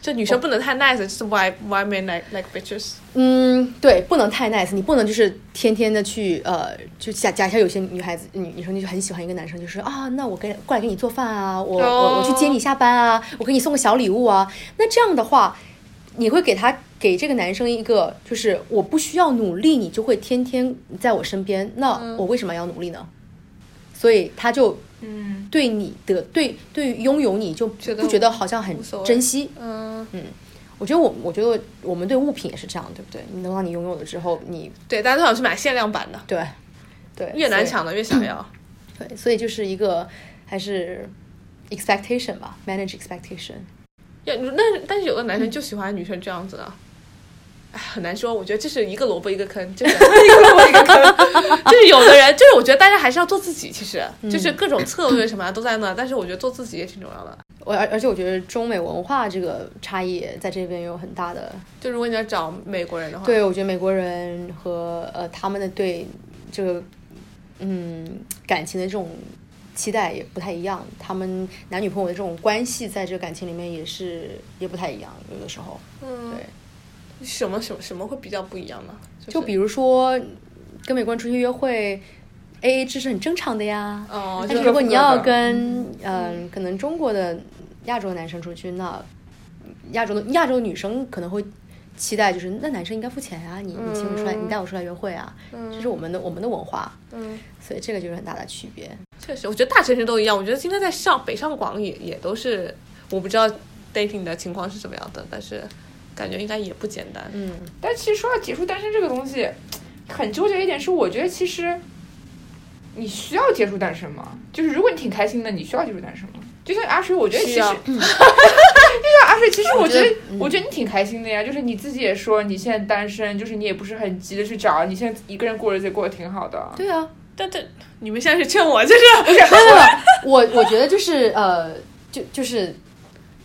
[SPEAKER 1] 就女生不能太 nice，就是 why why men like like bitches。
[SPEAKER 3] 嗯，对，不能太 nice，你不能就是天天的去呃，就假假设有些女孩子女女生就很喜欢一个男生，就说啊，那我跟过来给你做饭啊，我我
[SPEAKER 1] 哦
[SPEAKER 3] 我去接你下班啊，我给你送个小礼物啊，那这样的话。你会给他给这个男生一个，就是我不需要努力，你就会天天在我身边。那
[SPEAKER 1] 嗯
[SPEAKER 3] 我为什么要努力呢？所以他就
[SPEAKER 2] 嗯，
[SPEAKER 3] 对你的对对于拥有你就
[SPEAKER 1] 觉得
[SPEAKER 3] 不觉得好像很
[SPEAKER 1] 无所谓
[SPEAKER 3] 珍惜，
[SPEAKER 1] 嗯，
[SPEAKER 3] 我觉得我，我觉得我们对物品也是这样，对不对？你能让你拥有了之后，你
[SPEAKER 1] 对，大家都想去买限量版的，
[SPEAKER 3] 对对
[SPEAKER 1] 越难，抢的越想要。
[SPEAKER 3] 所以对，所以就是一个还是 expectation 吧，manage expectation。
[SPEAKER 1] 要但是但是有的男生就喜欢女生这样子的，哎，很难说。我觉得这是一个萝卜一个坑，
[SPEAKER 3] <laughs>
[SPEAKER 1] 这是一个萝卜一个坑。就是有的人，就是我觉得大家还是要做自己，其实
[SPEAKER 3] 嗯
[SPEAKER 1] 就是各种策略什么的都在那，但是我觉得做自己也挺重要的。
[SPEAKER 3] 我而而且我觉得中美文化这个差异在这边有很大的。
[SPEAKER 1] 就如果你要找美国人的话，
[SPEAKER 3] 对，我觉得美国人和呃他们的对这个嗯感情的这种期待也不太一样，他们男女朋友的这种关系在这个感情里面也是也不太一样，有的时候。
[SPEAKER 1] 嗯，
[SPEAKER 3] 对，
[SPEAKER 1] 什么什么什么会比较不一样呢？就是
[SPEAKER 3] 就比如说跟美国人出去约会，A A 制是很正常的呀。
[SPEAKER 1] 哦，
[SPEAKER 3] 但
[SPEAKER 1] 就是是
[SPEAKER 3] 如果你要
[SPEAKER 2] 各个
[SPEAKER 3] 跟嗯、可能中国的亚洲男生出去，那亚洲的亚洲女生可能会期待就是那男生应该付钱啊，你你请我出来，你带我出来约会啊，这是我们的我们的文化，
[SPEAKER 1] 嗯，
[SPEAKER 3] 所以这个就是很大的区别。
[SPEAKER 1] 确实，我觉得大城市都一样。我觉得今天在上北上广也也都是，我不知道 dating 的情况是怎么样的，但是感觉应该也不简单。
[SPEAKER 3] 嗯，
[SPEAKER 2] 但其实说到结束单身这个东西，很纠结一点是，我觉得其实你需要结束单身吗？就是如果你挺开心的，你需要结束单身吗？就像阿水，我觉得其
[SPEAKER 1] 需
[SPEAKER 2] 实 <laughs>
[SPEAKER 1] 要，
[SPEAKER 2] 就像阿水，其实我觉得
[SPEAKER 3] 我觉得，嗯
[SPEAKER 2] 我觉得你挺开心的呀。就是你自己也说你现在单身，就是你也不是很急的去找，你现在一个人过日子也过得挺好的。
[SPEAKER 3] 对啊，
[SPEAKER 1] 但但你们现在是劝我，就是
[SPEAKER 3] 没有没有，我我觉得就是呃，就就是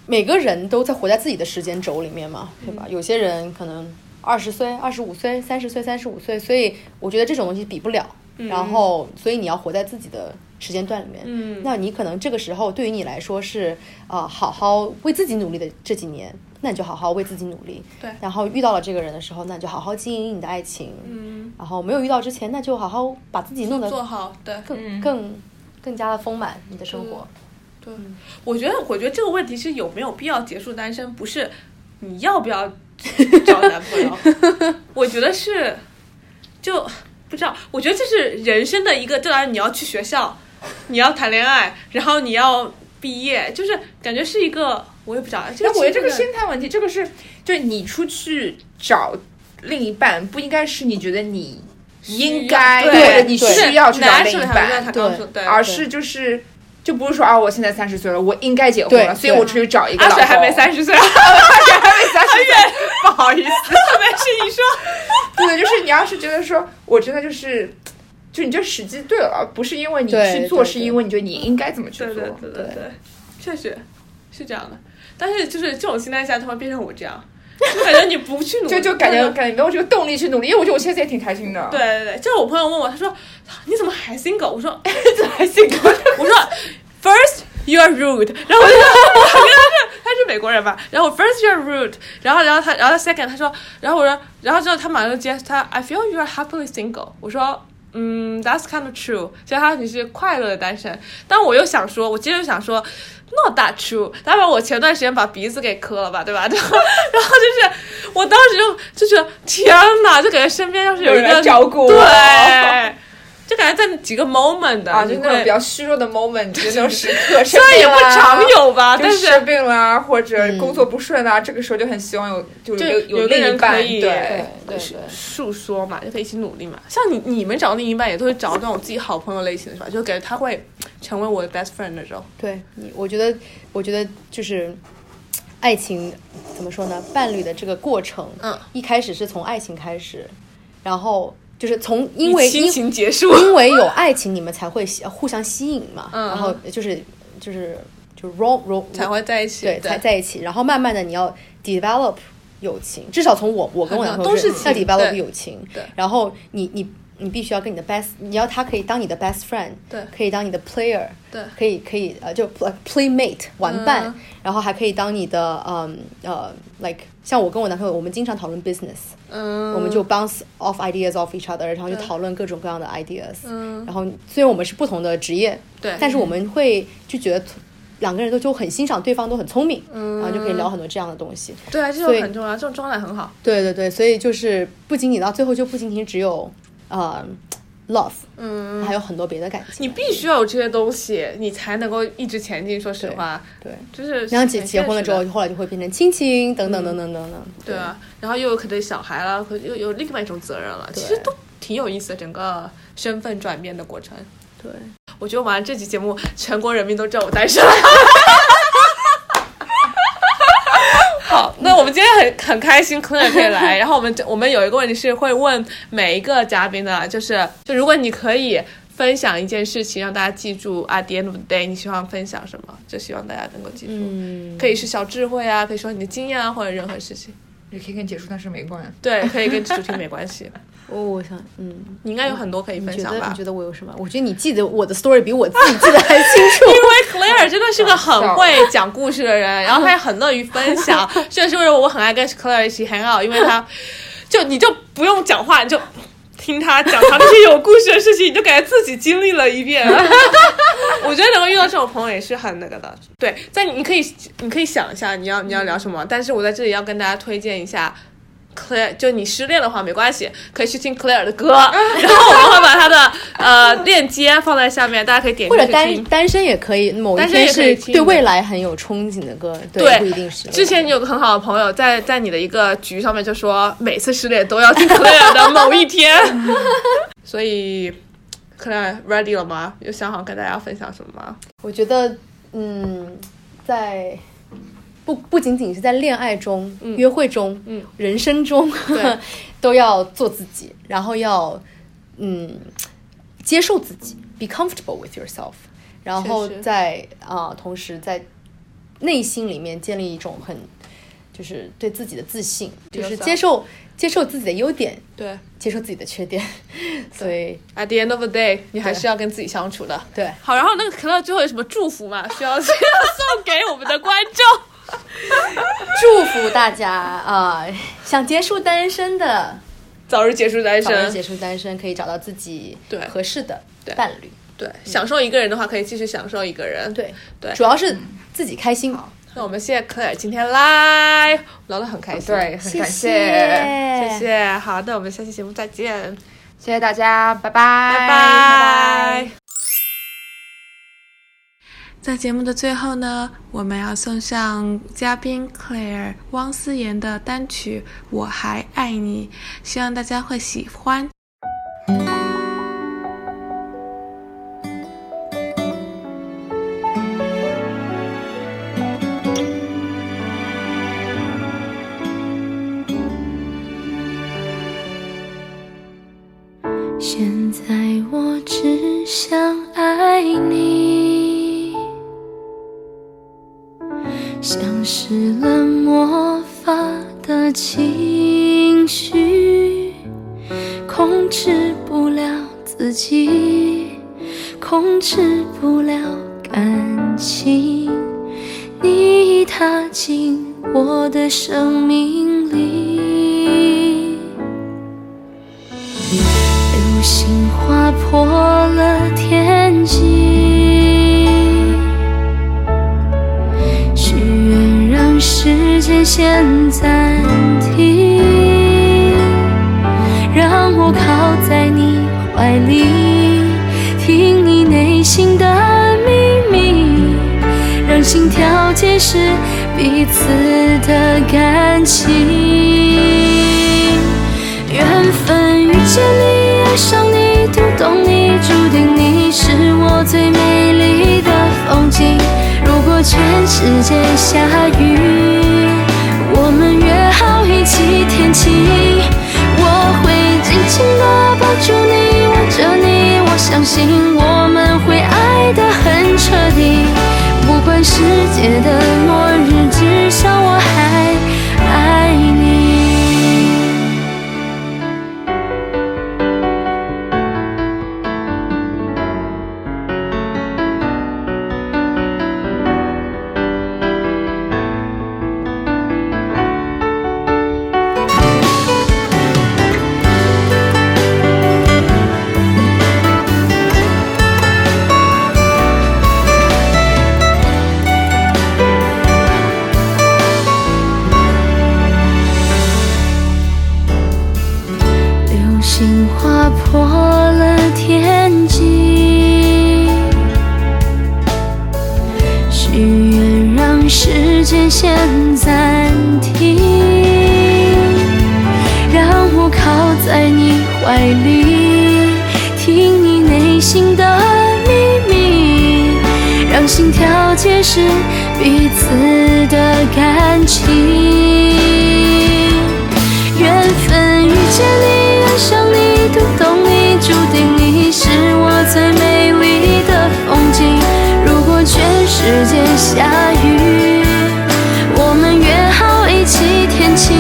[SPEAKER 3] 每个人都在活在自己的时间轴里面嘛，对
[SPEAKER 1] 嗯
[SPEAKER 3] 吧？有些人可能二十岁、二十五岁、三十岁、三十五岁，所以我觉得这种东西比不了。然后，所以你要活在自己的时间段里面。
[SPEAKER 1] 嗯
[SPEAKER 3] 那你可能这个时候对于你来说是呃，好好为自己努力的这几年，那你就好好为自己努力。
[SPEAKER 1] 对
[SPEAKER 3] 然后遇到了这个人的时候，那你就好好经营你的爱情。
[SPEAKER 1] 嗯，
[SPEAKER 3] 然后没有遇到之前，那就好好把自己弄得
[SPEAKER 1] 做好对。
[SPEAKER 3] 更
[SPEAKER 2] 嗯
[SPEAKER 3] 更更加的丰满你的生活。
[SPEAKER 1] 对，我觉得，我觉得这个问题是有没有必要结束单身，不是你要不要找男朋友，我觉得是就不知道，我觉得这是人生的一个，当然你要去学校，你要谈恋爱，然后你要毕业，就是感觉是一个，我也不知道，这
[SPEAKER 2] 但
[SPEAKER 1] 个
[SPEAKER 2] 我觉得这个
[SPEAKER 1] 是一
[SPEAKER 2] 心态问题，这个是就你出去找另一半，不应该是你觉得你应该
[SPEAKER 1] 对
[SPEAKER 2] 或者你
[SPEAKER 3] 对
[SPEAKER 2] 需要去找
[SPEAKER 1] 男
[SPEAKER 2] 另
[SPEAKER 1] 生
[SPEAKER 2] 一
[SPEAKER 1] 谈恋爱，
[SPEAKER 2] 半
[SPEAKER 1] 才告诉对，
[SPEAKER 2] 而是就是就不是说啊，我现在三十岁了，我应该结婚了，
[SPEAKER 3] 对
[SPEAKER 2] 所以我出去找一个
[SPEAKER 1] 阿
[SPEAKER 2] 老
[SPEAKER 1] 水
[SPEAKER 2] 公。
[SPEAKER 1] 还没，三十岁，
[SPEAKER 2] 三十岁，
[SPEAKER 1] 不好意思，没事，你说，
[SPEAKER 2] <laughs> 对对，就是你要是觉得说，我真的就是，就你这时机对了，不是因为你
[SPEAKER 3] 对
[SPEAKER 2] 去做，
[SPEAKER 3] 对
[SPEAKER 2] 是
[SPEAKER 3] 对
[SPEAKER 2] 因为你觉得你应该怎么去做。
[SPEAKER 1] 对对对对对，确实是这样的。但是就是这种心态下，他会变成我这样，就感觉你不去努力，
[SPEAKER 2] <laughs> 就就感觉
[SPEAKER 1] 对。
[SPEAKER 2] 感觉没有这个动力去努力，因为我觉得我现在也挺开心的。
[SPEAKER 1] 对，对对，就是我朋友问我，他说你怎么还 single？我说
[SPEAKER 2] 这还行。
[SPEAKER 1] 我说 first you are rude，然后我就说他是他是美国人吧，然后我 first you are rude，然后然后他然后他 second 他说，然后我说然后之后他马上就接他 I feel you are happily single，我说。嗯，That's kind of true。其实他你是快乐的单身，但我又想说，我接着想说，Not that true。当然，我前段时间把鼻子给磕了吧，对 <laughs> 吧？然后然后就是，我当时就就觉得天哪，就感觉身边要是有一
[SPEAKER 2] 有人
[SPEAKER 1] 个
[SPEAKER 2] 照顾我
[SPEAKER 1] 对，就感觉在几个 moment <laughs>
[SPEAKER 2] <laughs> 啊，
[SPEAKER 1] 你
[SPEAKER 2] 就
[SPEAKER 1] 会
[SPEAKER 2] 那种比较虚弱的 moment，就那种时刻，虽
[SPEAKER 1] 虽然也不常有吧，
[SPEAKER 2] 就
[SPEAKER 1] 但啊是嗯
[SPEAKER 2] 生病啦，或者工作不顺啊啦，这个时候就很希望有就
[SPEAKER 1] 就
[SPEAKER 2] 有
[SPEAKER 1] 有个
[SPEAKER 2] 另
[SPEAKER 1] 人
[SPEAKER 2] 一半
[SPEAKER 1] 可，以
[SPEAKER 2] 对，
[SPEAKER 3] 对对
[SPEAKER 1] 是诉说嘛，就可以一起努力嘛。像你你们找另一半也都会找那种自己好朋友类型的是吧？就感觉他会成为我的 best friend 那种。
[SPEAKER 3] 对你，我觉得，我觉得就是爱情怎么说呢？伴侣的这个过程，
[SPEAKER 1] 嗯，
[SPEAKER 3] 一开始是从爱情开始，然后就是从因为
[SPEAKER 1] 以亲
[SPEAKER 3] 因
[SPEAKER 1] 情结束，
[SPEAKER 3] 因为有爱情，你们才会吸互相吸引嘛，
[SPEAKER 1] 嗯
[SPEAKER 3] 然后就是就是就是 roll roll
[SPEAKER 1] 才会在一起。
[SPEAKER 3] 对才在一起，然后慢慢的你要 develop 友情，至少从我我跟我男朋友
[SPEAKER 1] 都是
[SPEAKER 3] 要
[SPEAKER 1] 情
[SPEAKER 3] develop
[SPEAKER 1] 对
[SPEAKER 3] 友情，
[SPEAKER 1] 对
[SPEAKER 3] 然后你你你必须要跟你的 best，你要他可以当你的 best friend，
[SPEAKER 1] 对
[SPEAKER 3] 可以当你的 player，
[SPEAKER 1] 对
[SPEAKER 3] 可以可以呃就 pl- playmate 玩伴，
[SPEAKER 1] 嗯
[SPEAKER 3] 然后还可以当你的嗯呃 like 像我跟我男朋友，我们经常讨论 business，
[SPEAKER 1] 嗯，
[SPEAKER 3] 我们就 bounce off ideas off each other，然后就
[SPEAKER 1] 对
[SPEAKER 3] 讨论各种各样的 ideas。
[SPEAKER 1] 嗯
[SPEAKER 3] 然后虽然我们是不同的职业，
[SPEAKER 1] 对
[SPEAKER 3] 但是我们会就觉得两个人都就很欣赏对方，都很聪明，
[SPEAKER 1] 嗯
[SPEAKER 3] 然后就可以聊很多这样的东西。
[SPEAKER 1] 对啊，这
[SPEAKER 3] 所以
[SPEAKER 1] 种很重要，这种状态很好。
[SPEAKER 3] 对对对，所以就是不仅仅到最后就不仅仅只有呃 love，嗯，还有很多别的感情。
[SPEAKER 1] 你必须要有这些东西，你才能够一直前进。说实话，
[SPEAKER 3] 对，
[SPEAKER 1] 就是
[SPEAKER 3] 然后结结婚了之后
[SPEAKER 1] 很现实，
[SPEAKER 3] 后来就会变成亲情等等等等等等。
[SPEAKER 1] 的，对啊，然后又有可能小孩了，可又有另外一种责任了，其实
[SPEAKER 3] 对
[SPEAKER 1] 都挺有意思的，整个身份转变的过程。
[SPEAKER 3] 对，
[SPEAKER 1] 我觉得完了这期节目，全 <laughs> 国人民都知道我单身了。好，那得我们今天很很开心，可也可以 <laughs> 来。然后我们我们有一个问题是会问每一个嘉宾的，就是就如果你可以分享一件事情让大家记住，at the end of the day，你希望分享什么？就希望大家能够记住，
[SPEAKER 3] 嗯，
[SPEAKER 1] 可以是小智慧啊，可以说你的经验啊，或者任何事情。
[SPEAKER 2] 也可以跟结束但是没关。
[SPEAKER 1] 对，可以跟主题没关系，
[SPEAKER 3] 我哦我想，嗯，
[SPEAKER 1] 你应该有很多可以
[SPEAKER 3] 你
[SPEAKER 1] 分
[SPEAKER 3] 觉
[SPEAKER 1] 享
[SPEAKER 3] 得
[SPEAKER 1] 吧
[SPEAKER 3] 你觉。得我有什么？我觉得你记得我的 story 比我自己记得还清楚。
[SPEAKER 1] 因为 Claire 真的是个很会讲故事的人，然后她也很乐于分享，这是为什么我很爱跟 Claire 一起 hang out，因为她就你就不用讲话，你就听她讲她那些有故事的事情，你就感觉自己经历了一遍。我觉得能够遇到这种朋友也是很那个的。对，在你可以你可以想一下你要你要聊什么，但是我在这里要跟大家推荐一下。Claire，就你失恋的话没关系，可以去听 Claire 的歌，然后我们会把她的呃链接放在下面，大家可以点进
[SPEAKER 3] 或
[SPEAKER 1] 去
[SPEAKER 3] 者
[SPEAKER 1] 听。
[SPEAKER 3] 单单身也可以，某一
[SPEAKER 1] 单身也
[SPEAKER 3] 天
[SPEAKER 1] 可以
[SPEAKER 3] 是
[SPEAKER 1] 听
[SPEAKER 3] 对未来很有憧憬的歌，
[SPEAKER 1] 对
[SPEAKER 3] 不一定是
[SPEAKER 1] 之前你有个很好的朋友在在你的一个局上面就说，每次失恋都要听 Claire 的某一
[SPEAKER 3] <laughs>
[SPEAKER 1] 天，所以 Claire ready 了吗？有想好跟大家分享什么吗？
[SPEAKER 3] 我觉得，嗯，在不不仅仅是在恋爱中、约会中、
[SPEAKER 1] 嗯
[SPEAKER 3] 人生中
[SPEAKER 1] 对，
[SPEAKER 3] <laughs> 都要做自己，然后要嗯接受自己，be comfortable with yourself，然后
[SPEAKER 1] 确实
[SPEAKER 3] 在啊、同时在内心里面建立一种很就是对自己的自信，就是接受接受自己的优点，
[SPEAKER 1] 对
[SPEAKER 3] 接受自己的
[SPEAKER 1] <laughs>
[SPEAKER 3] 缺点，所以
[SPEAKER 1] ，at the end of the day，你还是要跟自己相处的。
[SPEAKER 3] 对。
[SPEAKER 1] 好，然后那个 Claire 最后有什么祝福吗？需要 <laughs> 需要送给我们的观众？
[SPEAKER 3] 祝福大家啊、想结束单身的，
[SPEAKER 1] 早日结束单
[SPEAKER 3] 早日结
[SPEAKER 1] 身，
[SPEAKER 3] 束单身，可以找到自己
[SPEAKER 1] 对
[SPEAKER 3] 合适的
[SPEAKER 1] 对
[SPEAKER 3] 伴侣。
[SPEAKER 1] 对，享受一个人的话，可以继续享受一个人。
[SPEAKER 3] 嗯对
[SPEAKER 1] 对
[SPEAKER 3] 主要是自己开心。
[SPEAKER 1] 那我们谢谢 Claire 今天来，聊得很开心。
[SPEAKER 2] 对，，很感
[SPEAKER 3] 谢，
[SPEAKER 1] 谢谢。好，那我们下期节目再见，
[SPEAKER 2] 谢谢大家，拜拜，
[SPEAKER 1] 拜
[SPEAKER 2] 拜
[SPEAKER 1] 拜。在节目的最后呢，我们要送上嘉宾 Claire 汪思妍的单曲《我还爱你》，希望大家会喜欢。
[SPEAKER 4] 现在我只想爱你，像施了魔法的情绪，控制不了自己，控制不了感情，你踏进我的生命里。流星划破了天际，许愿让时间先暂停，让我靠在你怀里，听你内心的秘密，让心跳解释彼此的感情。缘分遇见你，爱上你，读懂你，注定你是我最美丽的风景。如果全世界下雨，我们约好一起天晴。我会紧紧地抱住你，吻着你，我相信我们会爱得很彻底。不管世界的末日，至少我还爱你。流星划破了天际，许愿让时间先暂停，让我靠在你怀里，听你内心的秘密，让心跳解释彼此的感情。读懂你，注定你是我最美丽的风景。如果全世界下雨，我们约好一起天晴。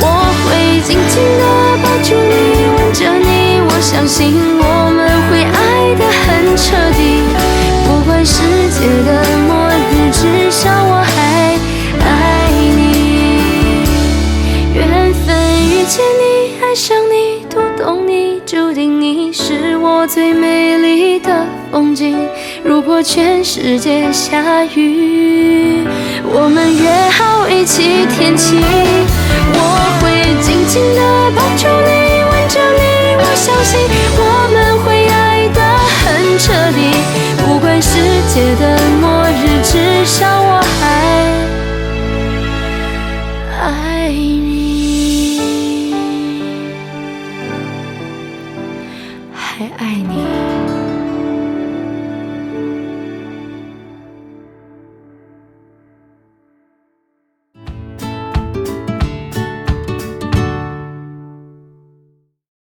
[SPEAKER 4] 我会紧紧地抱住你，吻着你，我相信我们会爱得很彻底。不管世界的末日，至少我还爱你。缘分遇见你，爱上你，读懂你，注定你是我最美丽的风景。如果全世界下雨，我们约好一起天晴。我会紧紧地抱住你，吻着你，我相信我们会爱得很彻底。不管世界的末日。